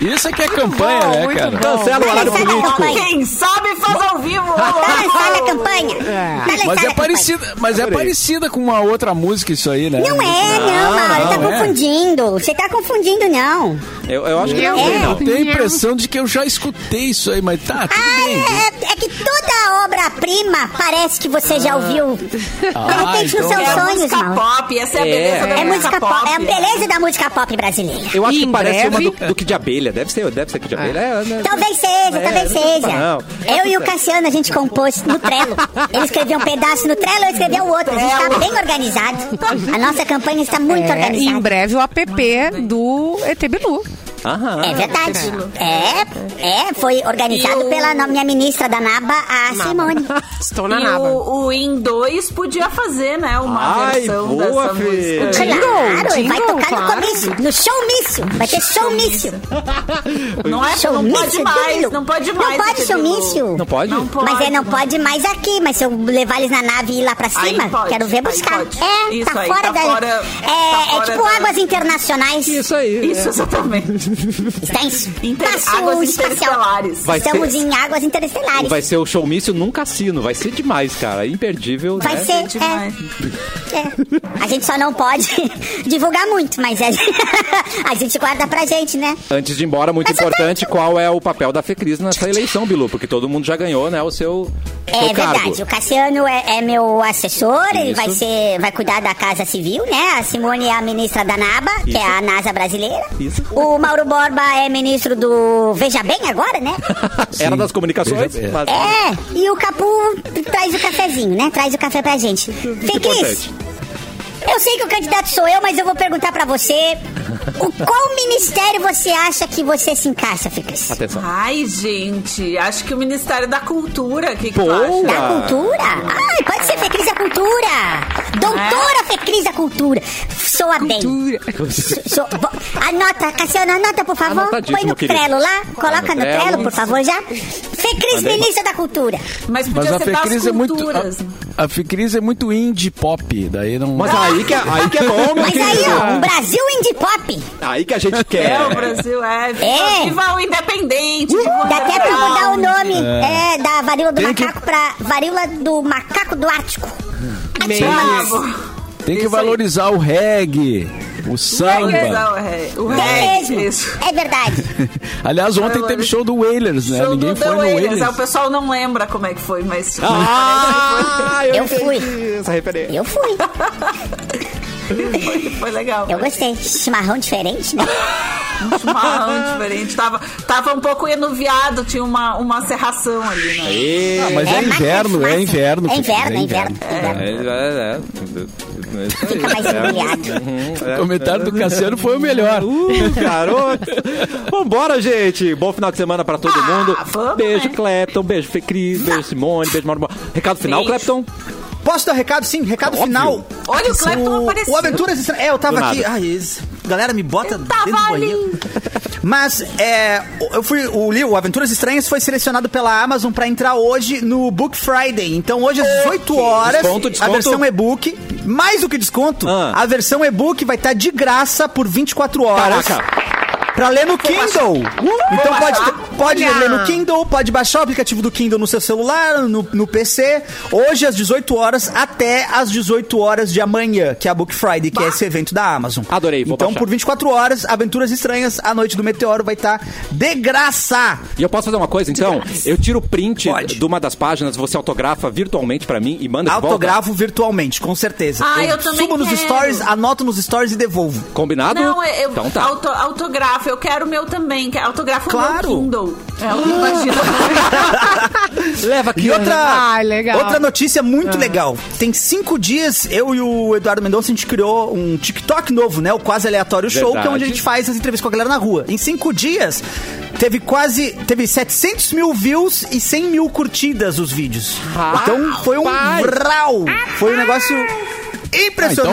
Speaker 6: Isso é que é campanha,
Speaker 4: bom,
Speaker 6: né,
Speaker 4: muito
Speaker 6: cara?
Speaker 4: bom.
Speaker 1: cancela o horário
Speaker 2: Vai, sai da
Speaker 1: político.
Speaker 2: bola aí.
Speaker 5: Tá Quem sabe faz ao vivo.
Speaker 2: Tá lançada a campanha. Tá lançada a
Speaker 6: Mas é
Speaker 2: campanha.
Speaker 6: parecida, mas é parecida com uma outra música isso aí, né?
Speaker 2: Não é, não, Mauro. Tá
Speaker 6: não é.
Speaker 2: confundindo. Você tá confundindo, não.
Speaker 1: Eu, eu acho que não
Speaker 4: Meu
Speaker 1: tem, não.
Speaker 6: Eu tenho a impressão de que eu já escutei isso aí, mas tá, tudo
Speaker 2: Ah,
Speaker 6: bem.
Speaker 2: é, é que toda obra-prima parece que você já ouviu.
Speaker 6: Ah,
Speaker 2: De repente, nos
Speaker 6: então
Speaker 2: seus
Speaker 5: É a
Speaker 2: sonhos,
Speaker 5: música
Speaker 2: Mauro.
Speaker 5: pop, essa é a
Speaker 1: É.
Speaker 5: beleza da
Speaker 6: né?
Speaker 2: É música pop. É a beleza da música pop brasileira.
Speaker 1: Eu acho
Speaker 4: E
Speaker 1: que
Speaker 4: em
Speaker 1: parece uma
Speaker 4: breve-
Speaker 1: do, do que de abelha. Deve ser, deve ser que de abelha. É, né?
Speaker 2: Talvez seja,
Speaker 1: É,
Speaker 2: talvez
Speaker 1: não
Speaker 2: seja.
Speaker 1: não.
Speaker 2: Eu e o Cassiano, a gente compôs no Trello. Ele escreveu um pedaço no Trello, eu escrevia o outro. A gente tá bem organizado. A nossa campanha está muito
Speaker 4: É, e em
Speaker 2: organizada.
Speaker 4: breve o app do ET Bilu.
Speaker 1: Aham.
Speaker 2: É verdade.
Speaker 5: né?
Speaker 2: É, é, foi organizado pela no- minha ministra da NABA, a Simone.
Speaker 4: Estou na
Speaker 5: E
Speaker 4: naba.
Speaker 5: o, o In 2 podia fazer, né? Uma
Speaker 1: Ai,
Speaker 5: versão
Speaker 1: boa,
Speaker 5: dessa
Speaker 1: Fê.
Speaker 5: música.
Speaker 4: Jingle,
Speaker 2: claro, e vai
Speaker 4: jingle,
Speaker 2: tocar
Speaker 4: claro.
Speaker 2: no comício, no showmício. Vai ter showmício.
Speaker 5: Não é? Não pode
Speaker 2: Showmício,
Speaker 5: mais,
Speaker 2: Bilu.
Speaker 5: não pode mais.
Speaker 2: Não pode
Speaker 5: Bilu.
Speaker 2: showmício.
Speaker 1: Não pode?
Speaker 5: Não pode.
Speaker 2: Mas é, não pode mais aqui, mas se eu levar eles na nave e ir lá pra
Speaker 5: Aí
Speaker 2: cima,
Speaker 5: pode,
Speaker 2: quero ver
Speaker 5: aí
Speaker 2: buscar.
Speaker 5: pode.
Speaker 2: É,
Speaker 5: Isso
Speaker 2: tá
Speaker 5: aí,
Speaker 2: fora
Speaker 5: tá
Speaker 2: da.
Speaker 5: fora-
Speaker 2: é,
Speaker 5: tá
Speaker 2: é
Speaker 5: fora
Speaker 2: tipo
Speaker 5: da-
Speaker 2: águas internacionais.
Speaker 1: Isso aí.
Speaker 5: Isso, exatamente.
Speaker 2: Está em
Speaker 5: Inter-
Speaker 2: espaço
Speaker 5: águas
Speaker 2: espacial.
Speaker 5: interestelares.
Speaker 1: Vai
Speaker 2: Estamos
Speaker 1: ser-
Speaker 2: em águas interestelares.
Speaker 1: Vai ser o showmício num cassino. Vai ser demais, cara. Imperdível,
Speaker 2: Vai
Speaker 1: né?
Speaker 2: ser,
Speaker 5: Gente,
Speaker 2: é,
Speaker 5: vai.
Speaker 2: é. A gente só não pode divulgar muito, mas é- a gente guarda pra gente, né?
Speaker 1: Antes de ir embora, muito
Speaker 2: Mas eu
Speaker 1: importante, qual é o papel da Fecris nessa eleição, Bilu? Porque todo mundo já ganhou, né, o seu,
Speaker 2: É
Speaker 1: seu
Speaker 2: verdade,
Speaker 1: cargo.
Speaker 2: o Cassiano é, é meu assessor, ele
Speaker 1: Isso.
Speaker 2: vai ser, vai cuidar da Casa Civil, né? A Simone é a ministra da NABA, que é a NASA brasileira.
Speaker 1: Isso.
Speaker 2: O Mauro Borba é ministro do Veja Bem agora, né?
Speaker 1: Era das comunicações,
Speaker 6: Veja, é.
Speaker 1: mas
Speaker 2: É, e o Capu traz o cafezinho, né? Traz o café pra gente. Feliz.
Speaker 1: é importante.
Speaker 2: Eu sei que o candidato sou eu, mas eu vou perguntar pra você, o qual ministério você acha que você se encaixa, Ficris?
Speaker 1: Atenção.
Speaker 5: Ai, gente, acho que o Ministério da Cultura, o que, que tu
Speaker 1: Boa!
Speaker 5: acha?
Speaker 2: Da cultura? Ai, pode ser Fecris da Cultura! Doutora Fecris da Cultura! Soa bem.
Speaker 4: Cultura.
Speaker 2: So- vo- anota, Cassiano, anota, por favor.
Speaker 1: Anotadíssimo,
Speaker 2: Põe no
Speaker 1: querido.
Speaker 2: Trello lá. Coloca no
Speaker 1: no Trello.
Speaker 2: Trello, por favor, já. Fecris,
Speaker 1: Mandei.
Speaker 2: ministra da Cultura.
Speaker 5: Mas podia
Speaker 6: Mas a
Speaker 5: ser das
Speaker 6: Fecris é muito. A,
Speaker 5: culturas.
Speaker 6: a Fecris é muito indie pop. Daí não.
Speaker 1: Mas aí que, é- aí que é bom, meu
Speaker 2: Mas
Speaker 1: querido.
Speaker 2: aí, ó, um Brasil indie pop.
Speaker 1: Aí que a gente quer.
Speaker 5: É, o Brasil é. Viva,
Speaker 2: É.
Speaker 5: viva o independente! viva
Speaker 2: Dá até pra
Speaker 5: liberal.
Speaker 2: mudar o nome é. da varíola do
Speaker 6: Tem que-
Speaker 2: macaco pra varíola do macaco do Ártico.
Speaker 4: Meio-
Speaker 5: Bravo.
Speaker 6: Tem que
Speaker 5: Isso aí.
Speaker 6: valorizar o reggae,
Speaker 2: Um
Speaker 6: o samba.
Speaker 5: É, Valorizar o rei. O
Speaker 2: É
Speaker 5: rei, isso.
Speaker 2: mesmo. É verdade.
Speaker 6: Aliás, ontem teve show do Wailers, né?
Speaker 5: Show
Speaker 6: Ninguém
Speaker 5: do
Speaker 6: foi
Speaker 5: The
Speaker 6: no
Speaker 5: Wailers. É, o
Speaker 6: Wailers.
Speaker 5: pessoal não lembra como é que foi, mas.
Speaker 1: Ah, eu,
Speaker 2: Eu fui.
Speaker 1: entendi Essa referência.
Speaker 2: Eu fui.
Speaker 5: Foi, foi legal.
Speaker 2: Eu gostei. Chimarrão diferente, né?
Speaker 5: Um chimarrão diferente. Tava, tava um pouco enuviado, tinha uma, uma serração ali, né?
Speaker 1: E-
Speaker 6: Ah, mas é,
Speaker 2: massa,
Speaker 6: inverno,
Speaker 2: massa.
Speaker 6: é inverno,
Speaker 2: É
Speaker 6: Fecris,
Speaker 2: inverno, é inverno.
Speaker 1: É, é, é.
Speaker 2: Fica mais humilhado. É.
Speaker 6: O comentário
Speaker 1: É.
Speaker 6: do Cassiano foi o melhor.
Speaker 1: Uh, garoto. Vambora, gente. Bom final de semana pra todo
Speaker 5: Ah,
Speaker 1: mundo.
Speaker 5: vamos,
Speaker 1: beijo,
Speaker 5: né?
Speaker 1: Clepton. Beijo, Fê Cris. Beijo, Simone. Beijo, Mauro. Borba. Recado final,
Speaker 5: Beijo.
Speaker 1: Clepton?
Speaker 3: Posso dar recado, sim? Recado
Speaker 1: Óbvio.
Speaker 3: final.
Speaker 5: Olha, o Clepton apareceu.
Speaker 3: O Aventuras Estranhas. É, eu
Speaker 1: Do
Speaker 3: tava
Speaker 1: nada.
Speaker 3: aqui. Ai, eles- galera, me bota
Speaker 5: Eu tava
Speaker 3: dentro do banheiro. Mas, é, o- eu fui, o, li- o Aventuras Estranhas foi selecionado pela Amazon pra entrar hoje no Book Friday. Então, hoje às 18 horas,
Speaker 1: Desconto, desconto.
Speaker 3: a versão e-book, mais do que desconto,
Speaker 1: Ah.
Speaker 3: a versão e-book vai estar de graça por 24 horas.
Speaker 1: Caraca.
Speaker 3: Pra ler no Kindle. então pode,
Speaker 5: Vou baixar.
Speaker 3: pode ler no Kindle, pode baixar o aplicativo do Kindle no seu celular, no, no PC. Hoje às 18 horas até às 18 horas de amanhã, que é a Book Friday, que é esse evento da Amazon.
Speaker 1: Adorei, vou
Speaker 3: Então
Speaker 1: baixar.
Speaker 3: por 24 horas, Aventuras Estranhas, A Noite do Meteoro vai estar de graça.
Speaker 1: E eu posso fazer uma coisa, então? Eu tiro o print
Speaker 3: Pode.
Speaker 1: de uma das páginas, você autografa virtualmente pra mim e manda de volta.
Speaker 3: Autografo virtualmente, com certeza.
Speaker 5: Ah, eu também
Speaker 3: subo nos
Speaker 5: quero.
Speaker 3: stories, anoto nos stories e devolvo.
Speaker 1: Combinado?
Speaker 5: Não, é, eu,
Speaker 1: Então tá.
Speaker 5: auto- autografo, eu quero o meu também. que- Autografo
Speaker 3: Claro.
Speaker 5: no Kindle. É, eu não imagino.
Speaker 1: Leva aqui.
Speaker 3: E outra,
Speaker 4: Ah, legal.
Speaker 3: outra notícia
Speaker 6: Ah.
Speaker 3: muito legal. Tem cinco dias, eu e o Eduardo Mendonça, a gente criou um TikTok novo, né? O Quase Aleatório Show, que é onde a
Speaker 1: Verdade.
Speaker 3: gente faz as entrevistas com a galera na rua. Em cinco dias, teve quase... Teve 700 mil views e 100 mil curtidas os vídeos. então, foi um brau. Foi um negócio... Impressionante,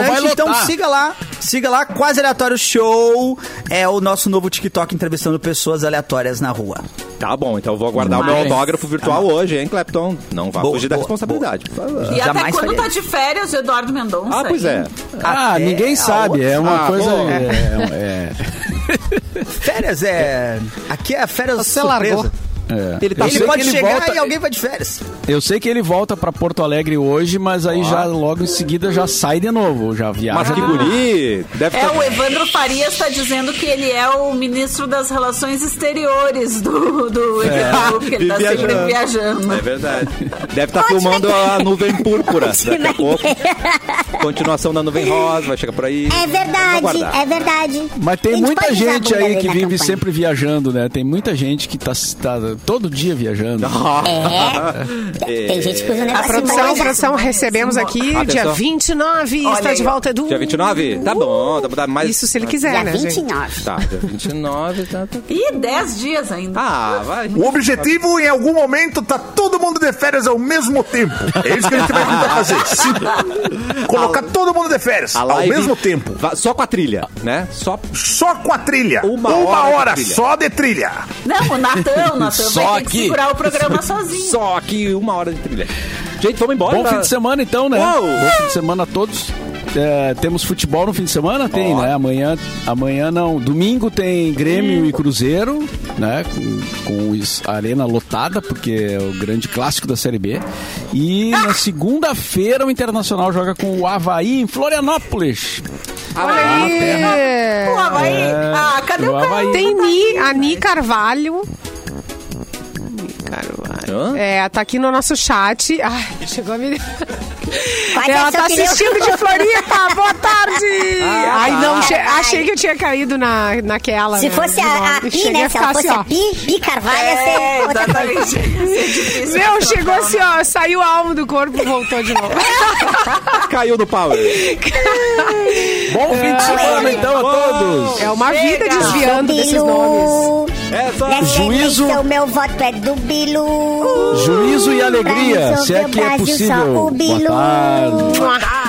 Speaker 6: Ah, então vai
Speaker 3: então,
Speaker 6: lotar.
Speaker 3: siga lá, siga lá, quase aleatório show. É o nosso novo TikTok entrevistando pessoas aleatórias na rua.
Speaker 1: Tá bom, então eu vou aguardar o meu
Speaker 5: Mas- Tá.
Speaker 1: autógrafo virtual hoje, hein, Clepton? Não vá
Speaker 3: Boa,
Speaker 1: fugir da
Speaker 3: boa,
Speaker 1: responsabilidade.
Speaker 5: e até
Speaker 3: Jamais
Speaker 5: quando
Speaker 3: faria
Speaker 5: tá de férias o Eduardo Mendonça?
Speaker 1: Ah, pois
Speaker 5: Tá.
Speaker 1: é.
Speaker 6: Ah,
Speaker 3: Até
Speaker 6: ninguém
Speaker 3: a
Speaker 6: sabe. É uma
Speaker 1: Ah,
Speaker 6: coisa.
Speaker 1: bom.
Speaker 6: É,
Speaker 3: Férias é. Aqui é férias
Speaker 4: Você
Speaker 3: surpresa.
Speaker 4: largou.
Speaker 6: é, é.
Speaker 1: Ele tá
Speaker 6: Eu sei
Speaker 3: Ele
Speaker 6: que
Speaker 3: pode chegar
Speaker 6: volta-
Speaker 3: e alguém vai de férias.
Speaker 6: Eu sei que ele volta pra Porto Alegre hoje, mas aí já logo em seguida já sai de novo, já viaja.
Speaker 1: Mas que
Speaker 6: de novo.
Speaker 1: guri! Deve
Speaker 5: É,
Speaker 1: tá-
Speaker 5: o Evandro Farias está dizendo que ele é o ministro das relações exteriores do, do Eduardo, porque ele tá
Speaker 1: É. viajando.
Speaker 5: sempre viajando.
Speaker 1: É verdade. Deve estar
Speaker 2: Ótima
Speaker 1: filmando a nuvem púrpura
Speaker 2: Ótima
Speaker 1: daqui a pouco. Continuação da nuvem rosa, vai chegar por aí.
Speaker 2: É
Speaker 1: Vamos
Speaker 2: verdade,
Speaker 1: aguardar.
Speaker 2: é verdade.
Speaker 6: Mas tem
Speaker 2: A gente
Speaker 6: muita
Speaker 2: pode usar a
Speaker 6: gente
Speaker 2: bunda
Speaker 6: aí
Speaker 2: dele
Speaker 6: que
Speaker 2: na
Speaker 6: vive
Speaker 2: campanha.
Speaker 6: sempre viajando, né? Tem muita gente que tá, tá todo dia viajando.
Speaker 2: É. Tem gente que usa o
Speaker 4: A
Speaker 2: negócio
Speaker 4: produção,
Speaker 2: embaixo.
Speaker 4: produção, recebemos aqui
Speaker 1: Atenção.
Speaker 4: dia 29,
Speaker 5: Olha
Speaker 4: está
Speaker 5: aí,
Speaker 4: de
Speaker 5: ó.
Speaker 4: volta Edu.
Speaker 1: Dia 29? Tá
Speaker 2: Uh,
Speaker 1: bom, tá bom. Mais...
Speaker 4: Isso se ele quiser,
Speaker 2: Dia
Speaker 4: né, gente?
Speaker 2: 29.
Speaker 1: Tá, dia 29. Tá, tá.
Speaker 5: E 10 dias ainda.
Speaker 1: Ah, vai.
Speaker 7: O objetivo, em algum momento, tá todo mundo de férias ao mesmo tempo. É isso que a gente vai tentar fazer. Sim. Colocar todo mundo de férias
Speaker 1: A
Speaker 7: ao
Speaker 1: live-
Speaker 7: mesmo tempo.
Speaker 1: Va- Só com a trilha, né? Só.
Speaker 7: Só com a trilha.
Speaker 1: Uma hora
Speaker 7: hora,
Speaker 1: de trilha.
Speaker 7: só de trilha.
Speaker 5: Não, o Natan, o Natan
Speaker 6: Só
Speaker 5: vai ter
Speaker 6: aqui.
Speaker 5: que segurar o programa sozinho.
Speaker 1: Só que uma hora de trilha. Gente, vamos embora.
Speaker 6: Bom
Speaker 1: tá?
Speaker 6: fim de semana então, né?
Speaker 1: Uou!
Speaker 6: Bom fim de semana a todos. eh, temos futebol no fim de semana? Tem, né? Amanhã, amanhã não. Domingo tem Grêmio
Speaker 1: Hum.
Speaker 6: e Cruzeiro, né? Com, com is- a arena lotada, porque é o grande clássico da Série B. E
Speaker 1: Ah!
Speaker 6: na segunda-feira o Internacional joga com o Havaí em Florianópolis.
Speaker 1: Ah,
Speaker 4: Olha aí.
Speaker 5: O Havaí. Ah, cadê
Speaker 6: o
Speaker 5: o cara?
Speaker 6: Havaí.
Speaker 4: Tem Ni, a Ni Carvalho. Ni Carvalho.
Speaker 1: Hã?
Speaker 4: É, tá aqui no nosso chat. Ai, chegou a me.
Speaker 2: Vai
Speaker 4: Ela
Speaker 2: ter
Speaker 4: tá
Speaker 2: seu pneu.
Speaker 4: assistindo de Floripa. Boa tarde. Ai, não, che-
Speaker 2: Ai.
Speaker 4: achei que eu tinha caído na, naquela.
Speaker 2: Se
Speaker 4: né,
Speaker 2: fosse
Speaker 4: de
Speaker 2: a, a
Speaker 4: volta.
Speaker 2: Pi,
Speaker 4: Cheguei
Speaker 2: né?
Speaker 4: a
Speaker 2: Se
Speaker 4: ficar
Speaker 2: ela fosse
Speaker 4: assim, ó.
Speaker 2: a Pi, Pi Carvalho, ia
Speaker 5: É,
Speaker 2: ser
Speaker 6: tá
Speaker 2: outra coisa.
Speaker 5: exatamente. Isso é difícil
Speaker 4: Meu,
Speaker 5: de
Speaker 4: chegou
Speaker 5: controlar.
Speaker 4: assim, ó, saiu a alma do corpo e voltou de novo.
Speaker 1: Caiu do power.
Speaker 6: Bom
Speaker 1: É.
Speaker 6: fim de semana, então, a todos!
Speaker 4: É uma vida
Speaker 5: Chega.
Speaker 4: desviando desses nomes.
Speaker 1: É só...
Speaker 2: Nessa
Speaker 6: Tá. Juízo.
Speaker 2: eleição, meu voto é do Bilu.
Speaker 6: Juízo e alegria,
Speaker 2: Pra resolver
Speaker 6: se é
Speaker 2: o
Speaker 6: que é
Speaker 2: Brasil, só
Speaker 6: possível.
Speaker 2: o Bilu.
Speaker 6: Boa tarde.
Speaker 4: Mua.